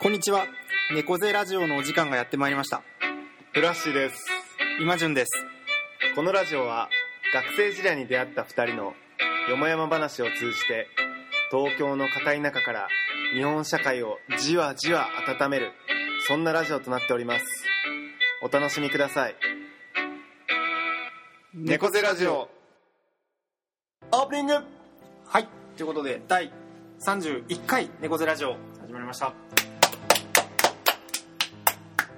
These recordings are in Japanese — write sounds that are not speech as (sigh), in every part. こんにちは猫背ラジオのお時間がやってまいりましたフラッシュです今順ですこのラジオは学生時代に出会った2人のよもやま話を通じて東京の片田舎から日本社会をじわじわ温めるそんなラジオとなっておりますお楽しみください猫背ラジオオープニングはいということで第31回猫背ラジオ始まりました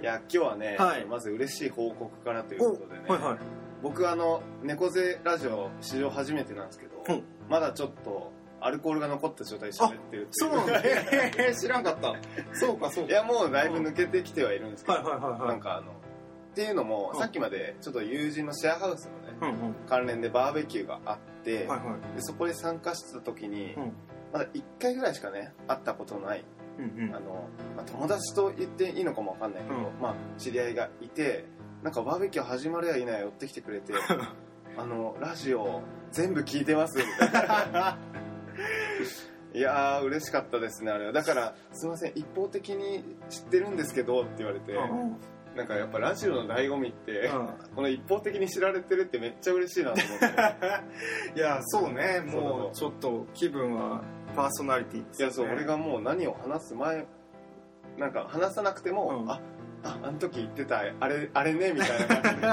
いや今日はね、はいまず嬉しい報告からということでね、はいはい僕あの猫背ラジオ史上初めてなんですけど、うんまだちょっとアルコールが残った状態で喋ってるっていうそうなんだへ (laughs) ー知らんかったそうかそういやもうだいぶ抜けてきてはいるんですけど、はいはいはいはないんかあのっていうのも、うんさっきまでちょっと友人のシェアハウスのねうんうん関連でバーベキューがあって、はいはいでそこに参加してた時に、うんまだ1回ぐらいしかね会ったことのない、うんうんあのまあ友達と言っていいのかもわかんないけど、うんまあ、知り合いがいてなんかバーベキュー始まるやいない寄ってきてくれてあのラジオ全部聞いてますみたいな (laughs) いやー嬉しかったですねあれはだからすいません一方的に知ってるんですけどって言われ (laughs) て、うんなんかやっぱラジオの醍醐味って、うこの一方的に知られてるってめっちゃ嬉しいなと思って (laughs) んいやそうねそうだもうちょっと気分はパーソナリティですいねやそう俺がもう何を話す前なんか話さなくても、うんあああの時言ってたあれあれねみたいな感 (laughs) じで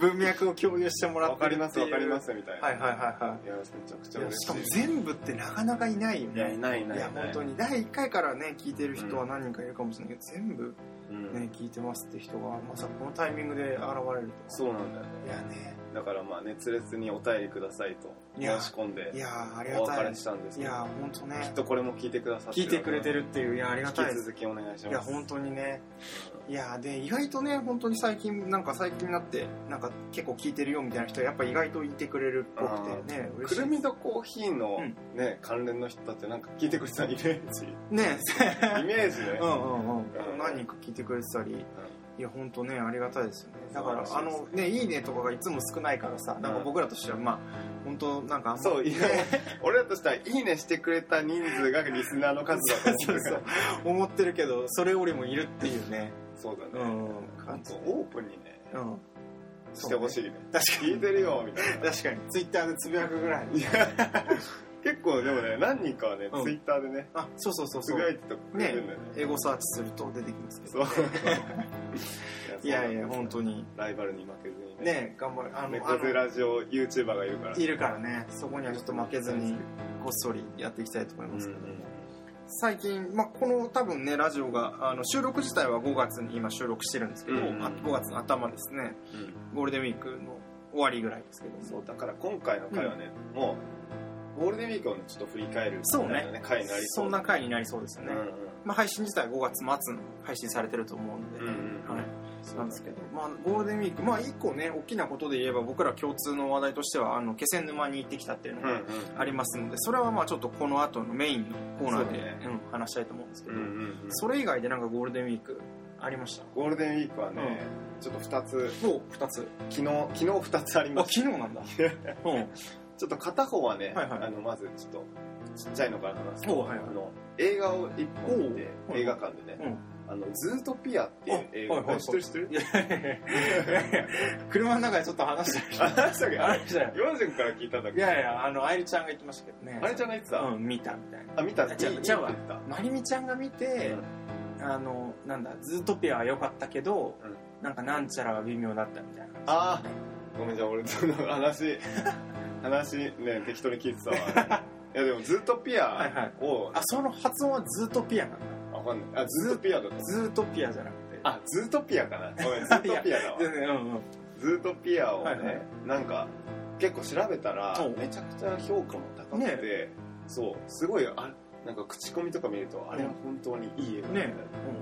(laughs) 文脈を共有してもらってわかりますわかりますすみたいな、、はいいはいはいはいやめちゃくちゃいやしかも嬉しい全部ってなかなかいないよいやねいないいないいいやない本当に第1回からね聞いてる人は何人かいるかもしれないけど全部うんね聞いてますって人がまさかこのタイミングで現れるとそうなんだよねいやねだからまあ熱烈にお便りくださいといや申し込んでいやーありがおた別いれしたんですいけどやー本当きねっとこれも聞いてくださって聞いてくれてるるっていういやありが引きたいです続きお願いしますいや本当にねいやーで意外とね本当に最近なんか最近になってなんか結構聞いてるよみたいな人やっぱ意外といてくれるっぽくてね嬉しくいるみとコーヒーのう、ね関連の人ってなんか聞いてくれてたイメージイねメージね、うんうんうん何人か聞いてくれてたりいや本当ねありがたいですよねだから、素あ晴らしいのね「いいね」とかがいつも少ないからさなんか僕らとしてはまあ本当なんかあんまそういや俺らとしては「いいね」してくれた人数がリスナーの数だとそう思うかそうら思ってるけどそれよりもいるっていうねそうだうね、んあ感じとオープンにねうんしてほしいね確か聞いにてるよみたいな確かにツイッターでつぶやくぐらいいや結構でもね何人かはね、うんツイッターでねあそうそうそうつそぶやいうてくれるんだよね英語サーチすると出てきます (laughs) けそうどいやいそうなんやです本当にライバルに負けずにねね頑張るあの猫背ラジオ YouTuber がいるからあのいるからねそこにはちょっと負けずにこっそりやっていきたいと思いうまんすけど、うん最近、まあ、この多分ねラジオがあの収録自体は5月に今収録してるんですけど、うんうんあ5月の頭ですねうんゴールデンウィークの終わりぐらいですけどそうだから今回の回はね、もうゴールデンウィークをねちょっと振り返るみたいそな、うね、回になりそうんな回になりそうですようね、んうんまあ、配信自体5月末の配信されてると思うので、うんうんはい、そうなんですけど、まあ、ゴールデンウィーク、まあ、1個ね大気なことで言えば僕ら共通の話題としてはあの気仙沼に行ってきたっていうのうんがありますのでそれはまあちょっとこの後のメインのコーナーでそうねうん話したいと思うんですけうんど、うんうんうんそれ以外でなんかゴールデンウィークありましたゴールデンウィークはね、ちょっと2つお2つ昨日昨日2つありあま昨し日なんだ。 (laughs) うん。たちょっと片方はね、はいはいあのまずちょっとちっちゃいのから話すおうはいはいあの映画を1おうは本見ていはい映画館でね、うんあのズートピアっていう映画、あはいはいはい知ってる知ってるいやいやいやいや車の中でちょっと話した話したっ (laughs) けあれ話したよ。ヨンジュンから聞いたんだいけどやいや、あの、あゆりちゃんが言ってましたけどね。あれじゃないってさ、うん、見たみたいな。あ見たあ違ういい違うわいいって言っまりみちゃんが見て、あの、なんだ、ズートピアは良かったけど、なんかなんちゃらは微妙だったみたいな。ああごめんじゃあ俺その話 (laughs) 話ね適当に聞 (laughs) いてたわいやでもズートピはいはアいを、あ、その発音はズートピアなんだ。あわかんないあズートピアだとズートピアじゃなくて。あズートピアかなごめんズートピアだわ全然、うんうん。ズートピアをね、はいはいなんか結構調べたらうんめちゃくちゃ評価も高くて、そうすごいあなんか口コミとか見るとあれは本当にいい映画だよね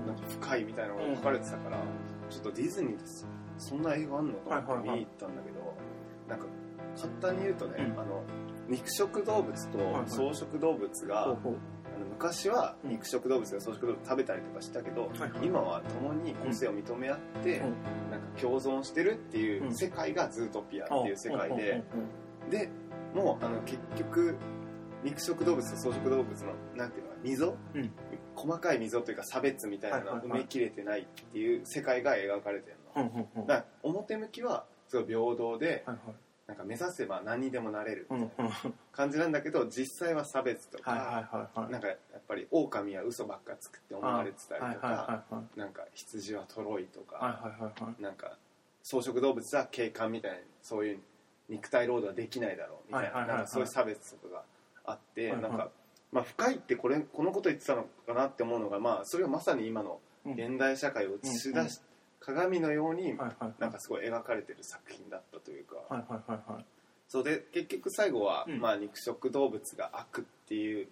なんか深いみたいなのが書かれてたから、ちょっとディズニーでそんな映画あんのと思って見に行ったんだけど、なんか簡単に言うとね、うんあの肉食動物とはいはい草食動物が、ほうほうあの昔は肉食動物や草食動物食べたりとかしたけど、はいはい今は共に個性を認め合って、うんなんか共存してるっていううん世界がズートピアっていう世う界で、んうんうんうんでもうあの結局肉食動物と草食動物のなんていうのか溝、うん細かい溝というか差別みたいなのはいがはいは埋いめきれてないっていう世界が描かれてるの、うんうんうんだから表向きはすごい平等ではいなんか目指せば何にでもなれるはいうんうんはい感じなんだけど実際は差別とか、はいはいはいなんかやっぱり狼は嘘ばっかつくって思われてたりはいはいとか、はいはいなんか羊はとろいとか、はいはいはいはいなんか草食動物は警官みたいなそういう肉体労働はできないだろうみたはいいはいはいなはいなんかそういう差別とかがあって、はいはいなんか、まあ、深いってこれこのこと言ってたのかなって思うのが、まあ、それがまさに今のうん現代社会を映しうんう出んし、鏡のようにはいはいなんかすごい描かれてる作品だったというか、はいはいはいはいそうで結局最後は、うんまあ、肉食動物が悪っていう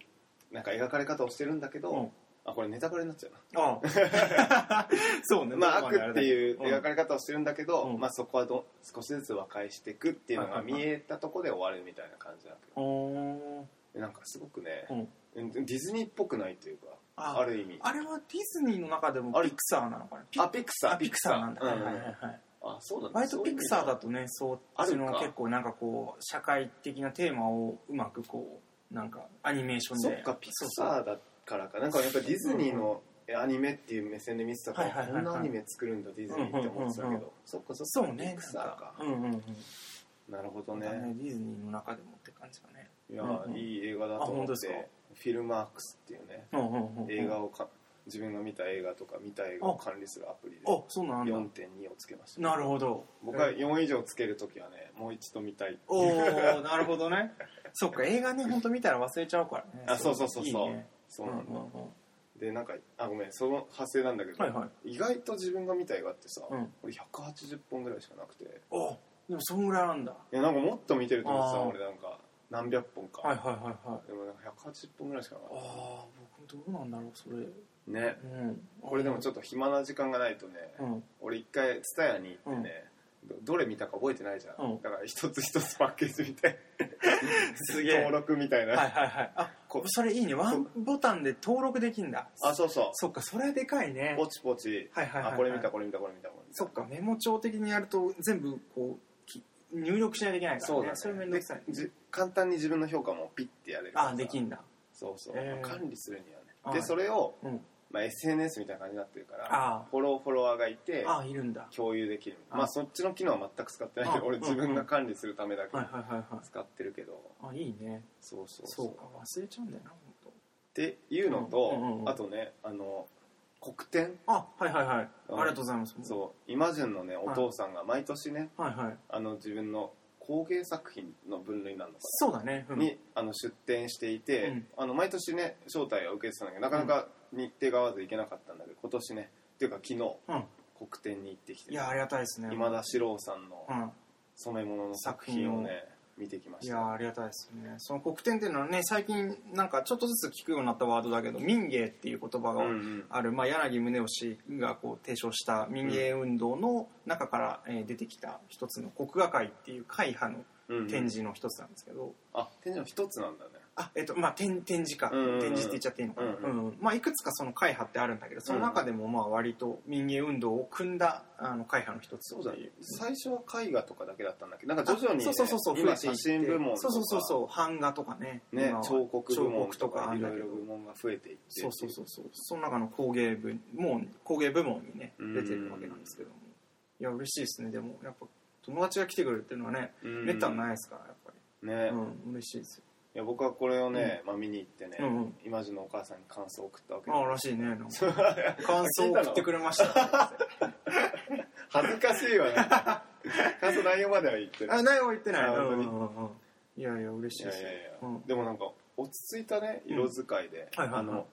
なんか描かれ方をしてるんだけど、うんあこれネタバレになっちゃうな。ああそうねまあ、悪っていう映描かれ方をしてるんだけど、うんまあ、そこはど少しずつ和解していくっていうのはがいはいは見いえたとこで終わるみたいな感じなんだけどおーでなんかすごくねう、んうんディズニーっぽくないというかあある意味あれはディズニーの中でもあれピクサーなのかなピあピクサーあピクサーなんだ、うはんいうんはいはいはいあそうなんだ割とピクサーだとねそっちあるのか結構なんかこう社会的なテーマをうまくこうなんかアニメーションそでっかピクーサーだからかなんかやっぱディズニーのアニメっていう目線で見てたから、はいはいはいはいこんなアニメ作るんだディズニーって思ってたけど、うんうんうんうんそっかそっかそうねピクサーかなんうんうんうんなるほどそうねだねディズニーの中でもって感じだねいや、うんうんいい映画だとあ思本っ当ですかてフィルマークスっていうねうんうんうんうん映画をか自分が見た映画とか見た映画を管理するアプリであそうなんだ4.2をつけましたなるほど僕は4以上つけるときはねもう一度見たいおおなるほどね (laughs) そっか映画ね本当見たら忘れちゃうからね (laughs) あそうそうそうそいうねそうなんだ、うんうんうんでなんかあごめんその派生なんだけど、はいはい意外と自分が見た映画ってさ、うん俺180本ぐらいしかなくていおでもそんぐらいなんだはやなんかもっと見てると思ってあさー俺なんか何百本か、いはいはいはいでもなんか180本ぐらいしかなあかっあ僕どうなんだろうそれうたねんこれでもちょっょっと暇な時間がないとね、うん俺一回蔦屋に行ってね、どどれ見たか覚えてないじゃん、うんだから一つ一つパッケージみたい (laughs) すげえ登録みたいな、はいはいはいあこそれいいねワンボタンで登録できんだあそうそうそっかそれはでかいねポチポチ、はいはいはいはいあこれ見たこれ見たこれ見たこれ見たそっかメモ帳的にやると全部こうき入力しないといけないからねそうだねれめんどくさいねじ簡単に自分の評価もピッてやれるからあできんだそうそう、えー管理するにはねはいでそれを、うんまあ、SNS みたいな感じになってるからあフォローフォロワーがいてーあーいるんだ共有できるあまあそっちの機能は全く使ってないけどあ俺うん自分が管理するためだけはいはいはいはい使ってるけど、あいいねそうそうそそううか忘れちゃうんだよな本っていうのと、うんうんうんあとねあの黒点当。あはいはいはいありうんがとうございますそうイマジュンのねおい父さんが毎年ねはいはいあの自分の工芸作品の分類なのかそうだねうな、んにあの出展していて、うんあの毎年ね招待を受けてたんだけどなかなか日程が合わず行けなかったんだけど今年ねっていうか昨日うん黒点に行ってきていやありがたいですね今田史郎さんのうん染め物の作品をね見てきまいしやたーありがたいですねその黒点っていうのはね最近なんかちょっとずつ聞くようになったワードだけど民芸っていう言葉うんうがんある、まあ、柳宗悦がこう提唱した民芸運動の中から、えー出てきた一つの国画会っていう会派のうんうん展示の一つなんですけど、あ展示の一つなんだねあえっとまあ展展示か、うんうんうん展示って言っちゃっていいのかな、うんうんうんまあ、いくつかその会派ってあるんだけどその中でもまあ割と民芸運動を組んだあの会派の一つそうだっていね最初は絵画とかだけだったんだけどなんか徐々に、ね、あそうそうそうそう増え今ていっ写て真部門とかそうそうそうそう版画とかねね今は、彫刻部門彫と刻とかかあいんだろけいどろ部門が増えていってそうそうそうそうその中の工芸部も工芸部門にね出てるわけなんですけどもいや嬉しいですねでもやっぱ友達が来てくれるっていうのはねうんめったにないですからやっぱね、りういん嬉しいですよや僕はこれをね、まあ、見に行ってね、うんうん今時のお母さんに感想を送ったわけああらしいねなんか感想を送ってくれました (laughs) 恥ずかしいわね (laughs) 感想内容までは言ってないあ何も言ってないあうんう本当にんうんうんいやいや嬉しいいやでいやすいよや、うんでもなんか落ち着いたね色使いで、うんはいはいはいあの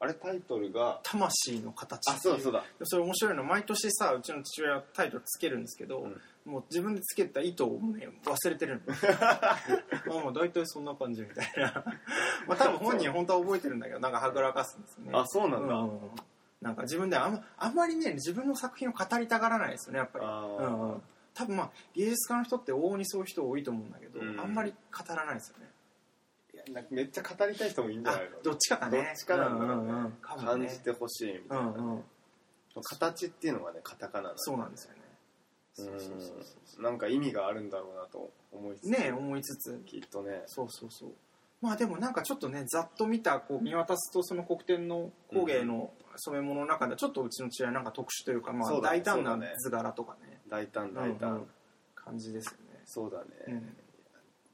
あれタイトルが魂の形あそうだそうだそれ面白いの毎年さうちの父親はタイトルつけるんですけど、うんもう自分でつけた糸をね忘れて (laughs) るのまあもう大体そんな感じみたいなまあ多分本人は本当は覚えてるんだけどなんかはぐらかすんですよねあそうなんだ、うんうんうんなんか自分であんまあんまりね自分の作品を語りたがらないですよねやっぱり、あーうんうん多分まあ芸術家の人って往々にそういう人多いと思うんだけど、うんあんまり語らないですよねいやなんかめっちゃ語りたい人もいいんじゃあないのどっちかだねどっちかなんだろううねんうんうんかもね感じてほしいみたういな、んうん形っていうのがねカタカナなんだそうなんですよねうそうそうそうそんなんか意味があるんだろうなと思いつうつねえ思いつつきっとねそうそうそうまあでもなんかちょっとねざっと見たこう見渡すとその黒点の工芸の染め物の中ではちょっとうちの父親なんか特殊というかまそあうだね大胆なそうだね図柄とかね大胆大胆、うんうん感じですそうだよね、ね、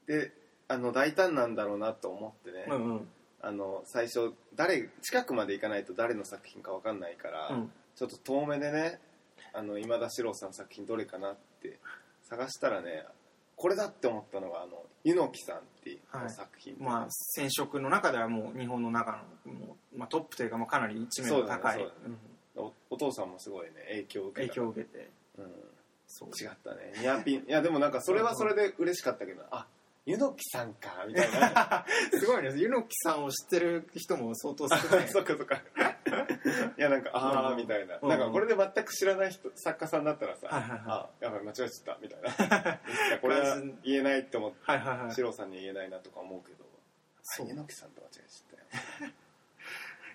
であの大胆なんだろうなと思ってね、うん、うんうんあの最初誰近くまで行かないと誰の作品か分かんないから、うんちょっと遠目でねあの今田志郎さんの作品どれかなって探したらねこれだって思ったのがあの柚木さんっていうはい作品、まあ染色の中ではもう日本の中のもう、まあ、トップというかまあかなり知名度が高い、そうだねうんおお父さんもすごいね影響を受影けた響を受けてうん、 (laughs) そう違ったねニアピンいやでもなんかそれはそれで嬉しかったけどあ柚木さんかみたいなすごいね柚木さんを知ってる人も相当少ない (laughs) (laughs) そっかそっかいやなんかああうんみたいな、うんなんかこれで全く知らない人作家さんだったらさ、はいはいはいあやばい間違えちゃったみたいな (laughs) いやこれは言えないって思ってはいはいはいシロさんに言えないなとか思うけどそう猪木さんと間違えちゃったよ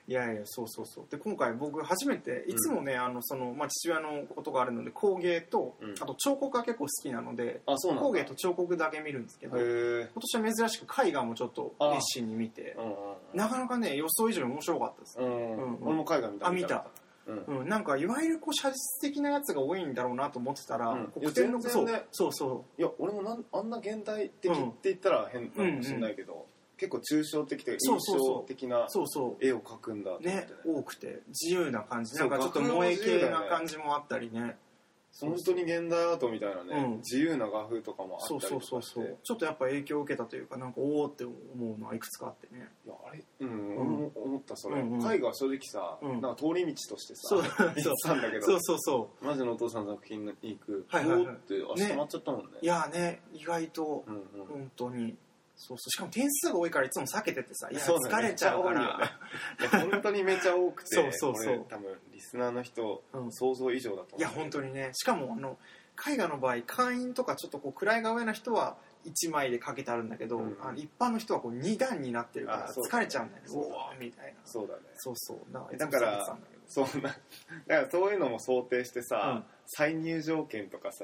いやいやそうそうそうで今回僕初めていつもね、あのそのまあ、父親のことがあるので工芸と、うんあと彫刻が結構好きなのであそうなんだ工芸と彫刻だけ見るんですけど今へえ年は珍しく絵画もちょっと熱心に見てうんなかなかね予想以上に面白かったです、うんうん、うん俺も海外見たあ見たうんうん、なんかいわゆるこう写実的なやつが多いんだろうなと思ってたら、うん黒点のいそや全う然ねそうそいや俺もなんあんな現代的っうんて言ったら変なのかもしれないけど、結構抽象的というかそう印そうそう象的なうそうそ絵を描くんだと思うってねね多くて自由な感じそなかうんちょっと萌え学系風の自由だなよね感じもあったりね本当に現代アートみたいなね、うん自由な画風とかもあったそりうとかしてそうそうそうちょっとやっぱ影響を受けたというかなんかおおって思うのはいくつかあってねいやあれうん、うん俺も思ったそれ、うんうん絵画は正直さ、うんなんか通り道としてさそう行ってたんだけどそうそうそマジのお父さんの作品に行く、はいはいはいおーって足止まっちゃったもんねういやーね意外とうんうん本当にそうそうしかも点数が多いからいつも避けててさいやそうだ疲ねれちゃうかめっちゃ多いよねらいや本当にめちゃ多くて (laughs) そうそうそうこれ多分リスナーの人、うん想像以上だと思ういや本当にねしかもあの絵画の場合会員とかちょっとこう位が上な人は1枚でかけてあるんだけど、うんあの一般の人はこう2段になってるかあらそう疲れちゃうんだよねそううわーみたいなそうだねそうそうだだからそんなだからそういうのも想定してさ、再入場券とかさ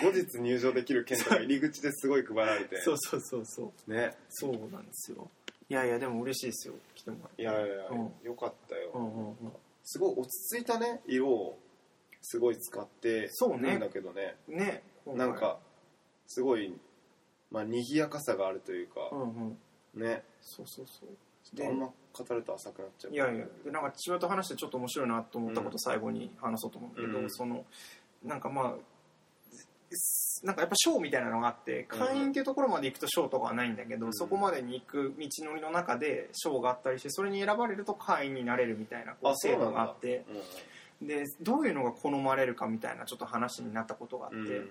後日入場できる (laughs) 券とか入り口ですごい配られてそうそうそうそうねそうなんですよいやいやでも嬉しいですよ来てもらっていやいやいや、うよかったよ、うんうんうんすごい落ち着いたね色をすごい使ってそうねるんだけどねねなんかすごいまあ賑やかさがあるというか、うんうんねそうそうそうあんま語ると浅くなっちゃういやいやでなんか父親と話してちょっと面白いなと思ったこと最後に話そうと思うんだけど、うんそのなんかまあすなんかやっぱショーみたいなのがあってうん会員っていうところまで行くとショーとかはないんだけど、うんそこまでに行く道のりの中でショーがあったりしてそれに選ばれると会員になれるみたいなこうあそう制なんだ度があってでどういうのが好まれるかみたいなちょっと話になったことがあって、うんうん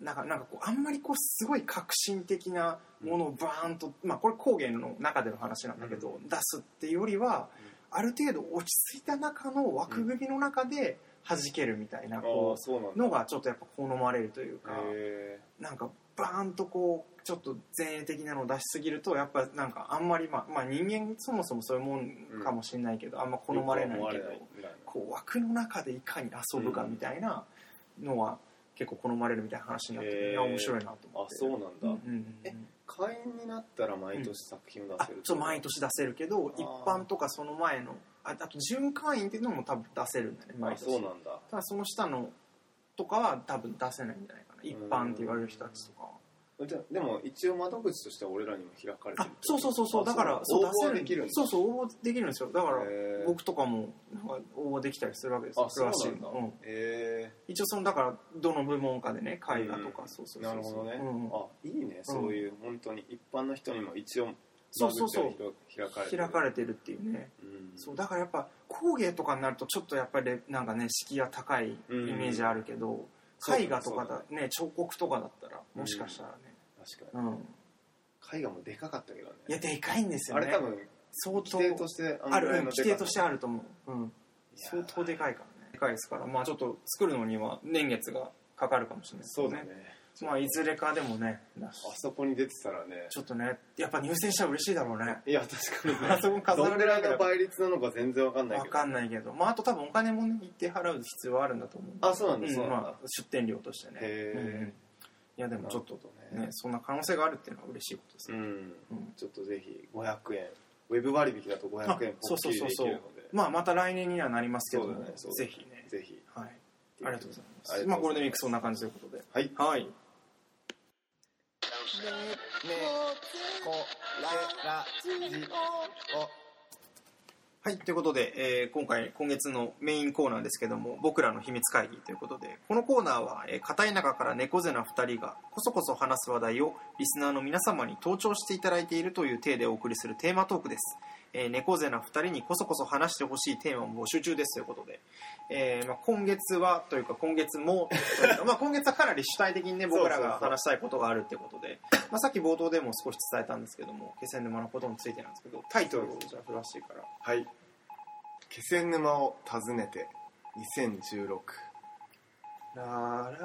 なんかなんかこうあんまりこうすごい革新的なものをバーンと、まあ、これ工芸の中での話なんだけど、出すっていうよりは、ある程度落ち着いた中の枠組みの中で弾けるみたいなああこそうなんうだのがちょっとやっぱ好まれるというかへなんかバーンとこうちょっと前衛的なのを出しすぎるとやっぱなんかあんまりまあ、まあ、人間そもそもそういうもんかもしれないけど、あんまえ好まれないけど。みたいなこう枠の中でいかに遊ぶかみたいなのは結構好まれるみたいな話になってて、うんいや面白いなと思あってそうなんだ、うんうんうえん会員になったら毎年作品を出あせるそう毎年出せるけどあー一般とかその前のああと準会員っていうのも多分出せるんだね毎あそう年なんだただその下のとかは多分出せないんじゃないかな一般って言われる人たちとかはじゃでも一応窓口としては俺らにも開かれてあるそうそうそうそうだからそう応募は出せるできるんだそうそう応募できるんですよだからへー僕とかもなんか応募できたりするわけですよあそうなんだ詳しいのうんへ一応そのだからどの部門かでね絵画とか、うんそうそうそうえなるほどね、うんあいいねそういう、本当に一般の人にも一応そうそうそう窓口は開開かかれれてるっていうね、てるうんそうだからやっぱ工芸とかになるとちょっとやっぱりなんかね敷居が高いイメージあるけど、うん絵画とかそうだだね彫刻とかだったらもしかしたらね、確かうんに絵画もでかかったけどねいやでかいんですよあねれ多分相当規定としてあある、うん規定としてああると思う、うん、相当でかいからねでかいですからまあちょっと作るのには年月がかかるかもしれないですそうだねまあいずれかでもねあそこに出てたらねちょっとねやっぱ入選したら嬉しいだろうねいや確かに (laughs) あそこ飾らどれるんぐらいの倍率なのか全然わかんないわけどかんないけど、まあ、あと多分お金もね一定払う必要はあるんだと思うあそうなんだうんそうなんだまあ、出店料としてね、へーうんいやでもちょっとなるほどねそんな可能性があるっていうのは嬉しいことですうね、んうんちょっとぜひ500円ウェブ割引だと500円あそポうそッキうリそうそできうるのでまあまた来年にはなりますけどそうも、だねそうだぜねひねぜひはいありがとうございますありがとうございますまあゴールデンウィークそんな感じということではいはいこラジはい、ということで、えー今回、今月のメインコーナーですけども、僕らの秘密会議ということで、このコーナーは、えー硬い中から猫背な2人が、こそこそ話す話題を、リスナーの皆様に登聴していただいているという体でお送りするテーマトークです。えー猫背な2人にこそこそ話してほしいテーマも募集中ですということで、えーまあ、今月はというか、今月も、というかまあ、今月はかなり主体的にね、僕らが話したいことがあるということで、まあ、さっき冒頭でも少し伝えたんですけども、気仙沼のことについてなんですけど、タイトルをじゃあ、振らしてから。はい気仙沼を訪ねて2016ララララ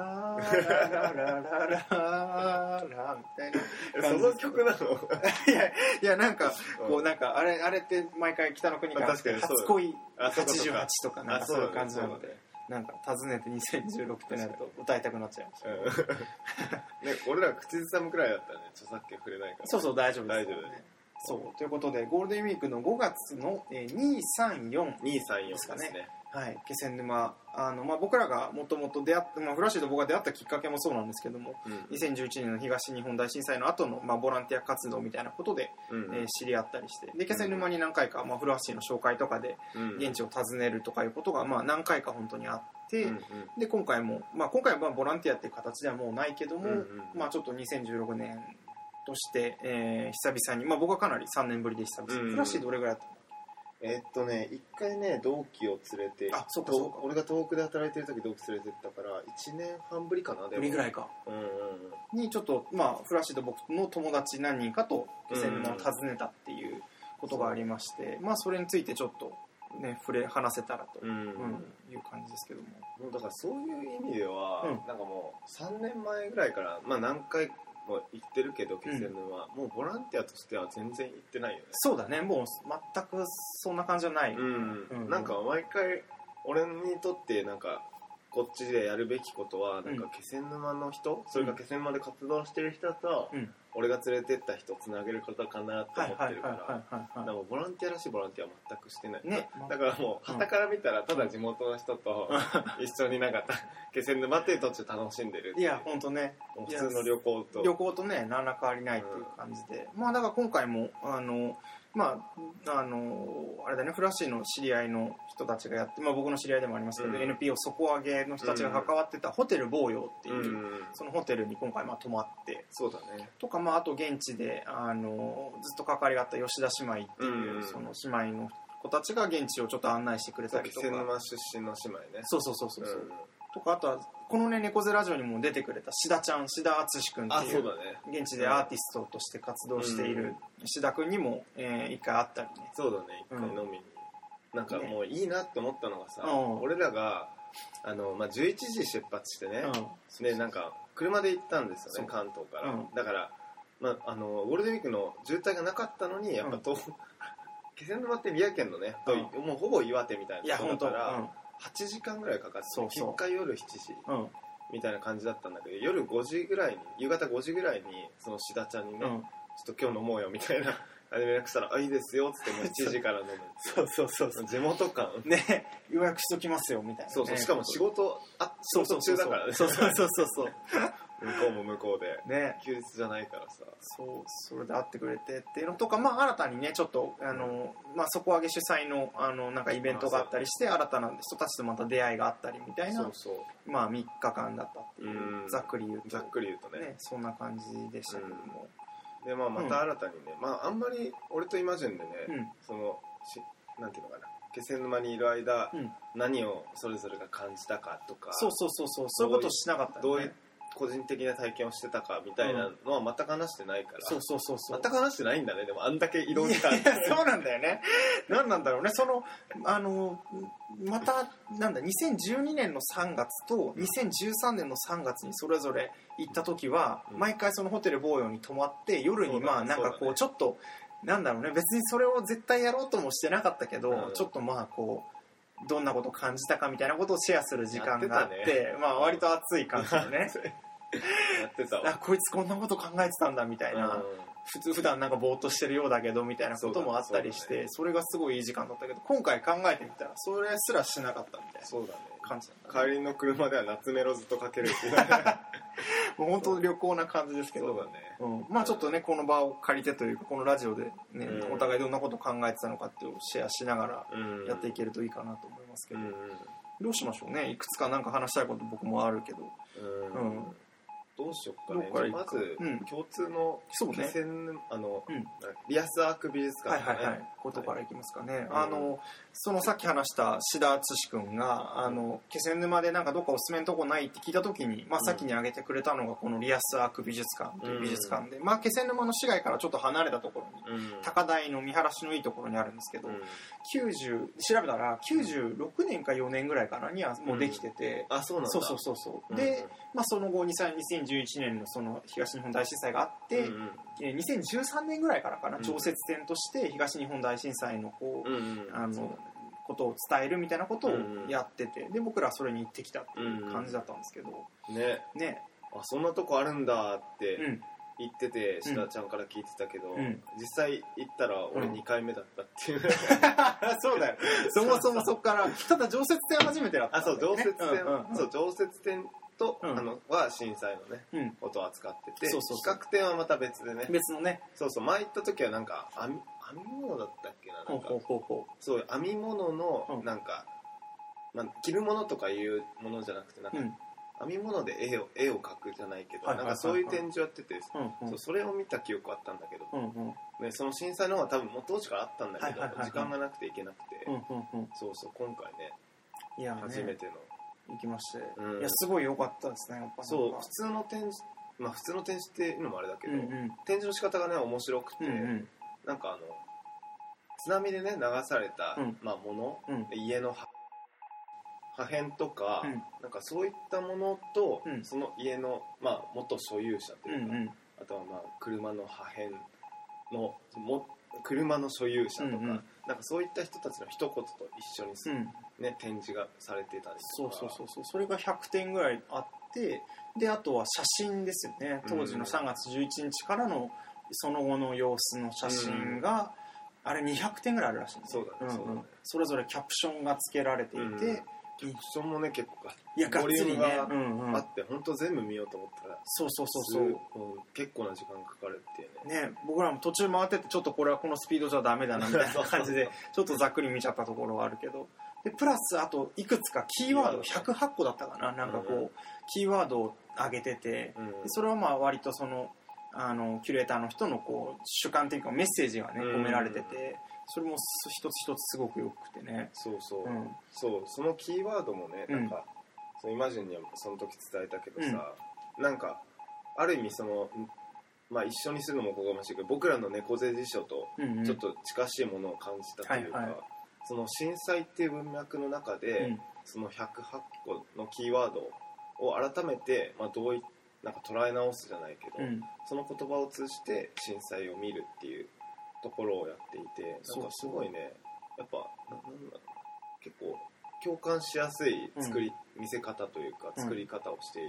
ララララみたいな。その曲なのいや、いや、なんか、こう、ななんか、あれ、あれって毎回北の国から、確かにそう初恋あそうかそ88うかとか、なんかあそそううだいねう感じなので、なんか、訪ねて2016ってなると歌いたくなっちゃいました。うん (laughs) ね俺ら口ずさむくらいだったらね著作権触れないからそうそう、大丈夫です。大丈夫ですそう、ということで、ゴールデンウィークの5月のえー2、3、4、 234でですすねかねはい、気仙沼、あの、まあ、僕らがもともと出会って、まあ、フラッシュと僕が出会ったきっかけもそうなんですけども、うん2011年の東日本大震災の後のまあ、ボランティア活動みたいなことで、うんえー知り合ったりしてで気仙沼に何回か、まあ、フルハッシーの紹介とかでうん現地を訪ねるとかいうことが、まあ、何回か本当にあって、うんで今回も、まあ、今回はまあボランティアっていう形ではもうないけども、うんうんまあ、ちょっと2016年として、えー久々に、まあ、僕はかなり3年ぶりで久々に、うんうんフラッシーどれぐらいだっえーっとね一回ね同期を連れてあそうかとそうか俺が東北で働いてる時同期連れてったから1年半ぶりかなたでぶりぐらいいかうんうんうんにちょっと、まあ、フラッシーと僕の友達何人かと気仙沼を訪ねたっていうことがありまして、まあ、それについてちょっと、ね、触れ話せたらと、うんうんうんいう感じですけども。もうだからそういう意味では、うんなんかもう3年前ぐらいから、まあ、何回も行ってるけど気仙沼は、もうボランティアとしては全然行ってないよねそうだねもう全くそんな感じじゃない、うん、うんなんか毎回俺にとってなんかこっちでやるべきことはなんか気仙沼の人、それが気仙沼で活動してる人と、うん俺が連れてった人つなげることかなとはい思はいってはいるはからいはいはなんかボランティアらしいボランティアは全くしてない、いねだからもう、うん傍から見たら、ただ地元の人と、一緒になんか、た気仙沼っていう土地を楽しんでるっていうや本当ねもう普通の旅行と。旅行とね何ら変わりないっていう感じで、まあだから今回もあのまああのあれだねフラッシーの知り合いの人たちがやって、まあ、僕の知り合いでもありますけど、うん NPO 底上げの人たちが関わってたホテル坊陽っていう、うん、そのホテルに今回まあ泊まってそうだね。とか、まあ、あと現地であのずっと関わりがあった吉田姉妹っていう、うんその姉妹の子たちが現地をちょっと案内してくれたり気と仙か沼出身の姉妹ね。そうそうそうそう、ううんとかあとはこのね「猫背ラジオ」にも出てくれた志田ちゃん志田淳君っあ、ていそううだね。現地でアーティストとして活動している志田君にも、えー一回会ったりねそうだね、一回うん飲みに。なんかもういいなって思ったのがさ、うん俺らが、あの、まあ、11時出発してね、で、なんか、車で行ったんですよそうね、関東から。うんだから、まあ、あの、ゴールデンウィークの渋滞がなかったのに、やっぱ東、 (laughs) 気仙沼って宮県のね、ともうほぼ岩手みたいいやなとこ本ろ当だうから、ん8時間ぐらいかかってそうそう結果夜7時うんみたいな感じだったんだけど夜5時ぐらいに夕方5時ぐらいにその志田ちゃんにうね、ちょんっと今日飲もうよみた (laughs) いなあれ連絡したら「あいいですよ」っつってもう7時から飲むそうそうそうそう地元感ね (laughs) 予約しときますよみたいなね、そうそうしかも仕事あ仕そうそ事うそう中だからねそうそうそうそうそう向こうも向こうでね休日じゃないからさそうそれで会ってくれてっていうのとか、まあ、新たにねちょっとあの、まあ、底上げ主催のあのなんかイベントがあったりして新たな人たちとまた出会いがあったりみたいなそうそまあ、3日間だったっていううんざっくり言うとうざっくり言うとねね、そんな感じでしたけども、で、まあ、また新たにね、まああんまり俺とイマジンでね、うんそのしなんていうのかな気仙沼にいる間、うん何をそれぞれが感じたかとかそうそうそうそうそういうことしなかったどようねいう個人的な体験をしてたかみたいなのは全く話してないから、そうそうそうそう全く話してないんだねでもあんだけ移動時間いや (laughs) そうなんだよね何なんだろうねそのあのまたなんだ2012年の3月と2013年の3月にそれぞれ行った時は、うん毎回そのホテル防用に泊まって夜にそうだまあなんかそうこだうねちょっと、なんだろうね別にそれを絶対やろうともしてなかったけど、うんちょっとまあこうどんなことを感じたかみたいなことをシェアする時間があってやってたまあ割と熱い感じでね (laughs) やってたわあこいつこんなこと考えてたんだみたいな、うん普通普段なんかぼーっとしてるようだけどみたいなこともあったりしそうだてねそれがすごいいい時間だったけど今回考えてみたらそれすらしなかったみたいなそうだね感じだった帰りの車では夏メロずっとかけるっていうそうだもう本当旅行な感じですけどねうん、まあちょっとねこの場を借りてというかこのラジオで、ねうんお互いどんなこと考えてたのかっていうのをシェアしながらうんやっていけるといいかなと思いますけうど、んどうしましょうねいくつかなんか話したいこと僕もあるけどうんうんどうしよっかねどっからじゃあま行くかずうん共通のそうね気仙あのうんリアスアーク美術は館いとはいかねはいことからいきますかね、うんあのそのさっき話した志田敦君があの気仙沼でなんかどっかおすすめのとこないって聞いた時に、まあ、うん先に挙げてくれたのがこのリアスアーク美術館という美術館で、まあ、気仙沼の市街からちょっと離れたところにうん高台の見晴らしのいいところにあるんですけど、うん90調べたら96年か4年ぐらいかなにはもうできてて、あそうなんだそうそうそうそううんうんで、まあ、その後2011年のその東日本大震災があって、うんえー2013年ぐらいからかなうん常設展として東日本大震災のこう、うんうんうんあそうだのねことを伝えるみたいなことをうんうんやっててで僕らはそれに行ってきたっていう感じだったんですけど、ねねあそんなとこあるんだっうて (laughs) ん言ってて志田ちゃんから聞いてたけどうん実際行ったら俺うん2回目だったっていう (laughs) そうだよそもそもそこからただ常設展は初めてだったあんだそようね常設展うんうんそう常設展とうんあのは震災のねうんことを扱っててそうそう企そう画展はまた別でね別のねそうそう前行った時はなんか編み編み物だったっけなほなうんかほうほうほそう編み物のうんなんか、まあ、着るものとかいうものじゃなくてなんうか、うん編み物で絵を絵を描くじゃないけど、はいはいなんはいかそういう展示をやってて、うんうんそうそれを見た記憶あったんだけど、うんうんね、その震災の方は多分もう当時からあったんだけど、はいはいはいはい時間がなくて行けなくて、うんうんうんそうそう今回ねいや、ね、初めての、行きまして、うんいやすごい良かったですねやっぱそうなん普か通の展示まあ普通の展示っていうのもあれだけうど、んうん展示の仕方がね面白くて、うんうんなんかあの津波でね流された、うんまあ、ものうん家の破破片とか、うんなんかそういったものと、うんその家の、まあ、元所有者とういうんか、うんあとはまあ車の破片のも車の所有者とか、うんうんなんかそういった人たちの一言と一緒にす、うんね、展示がされてたりそとうかそうそうそうそれが100点ぐらいあってであとは写真ですよね当時の3月11日からのその後の様子の写真が、あれ200点ぐらいあるらしいんですよそうだねんんそうだねそれぞれキャプションが付けられていて、うんキャプションもね結構いやがっつりボリュねー、ムうんうんあって、本当全部見ようと思ったらそうそうそうそうすごいうん結構な時間かかるっていうねね、僕らも途中回っててちょっとこれはこのスピードじゃダメだな (laughs) みたいな感じでちょっとざっくり見ちゃったところはあるけどでプラスあといくつかキーワード108個だったかななんかこう、うんキーワードを上げててうんでそれはまあ割とそのあのキュレーターの人のこう主観的なメッセージがねうん込められててそれも一つ一つすごくよくてね。そうそう、うんそうそのキーワードもねうんなんか、そのイマジンにはその時伝えたけどさ、なんかある意味その、んまあ、一緒にするのもおこがましいけど僕らの猫背辞書とうんうんちょっと近しいものを感じたというか、はいはいその震災っていう文脈の中で、うんその108個のキーワードを改めて、まあ、どういなんか捉え直すじゃないけど、うんその言葉を通じて震災を見るっていうところをやっていてなんかすごいねやっぱななんだろう結構共感しやすい作り、見せ方というかうん作り方をして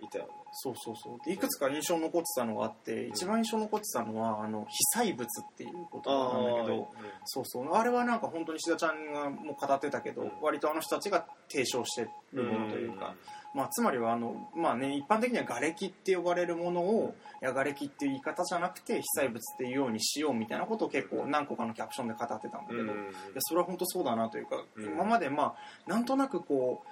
いたよね、そうそうそうでいくつか印象残ってたのがあって、ん一番印象残ってたのはあの被災物っていう言葉なんだけど、そうそうあれはなんか本当に志田ちゃんがもう語ってたけど、うん割とあの人たちが提唱してるものというか、、まあ、つまりはあの、まあね、一般的には瓦礫って呼ばれるものを、いや瓦礫っていう言い方じゃなくて被災物っていうようにしようみたいなことを結構何個かのキャプションで語ってたんだけうんど、うんういんやそれは本当そうだなというか、うん今までまあなんとなくこう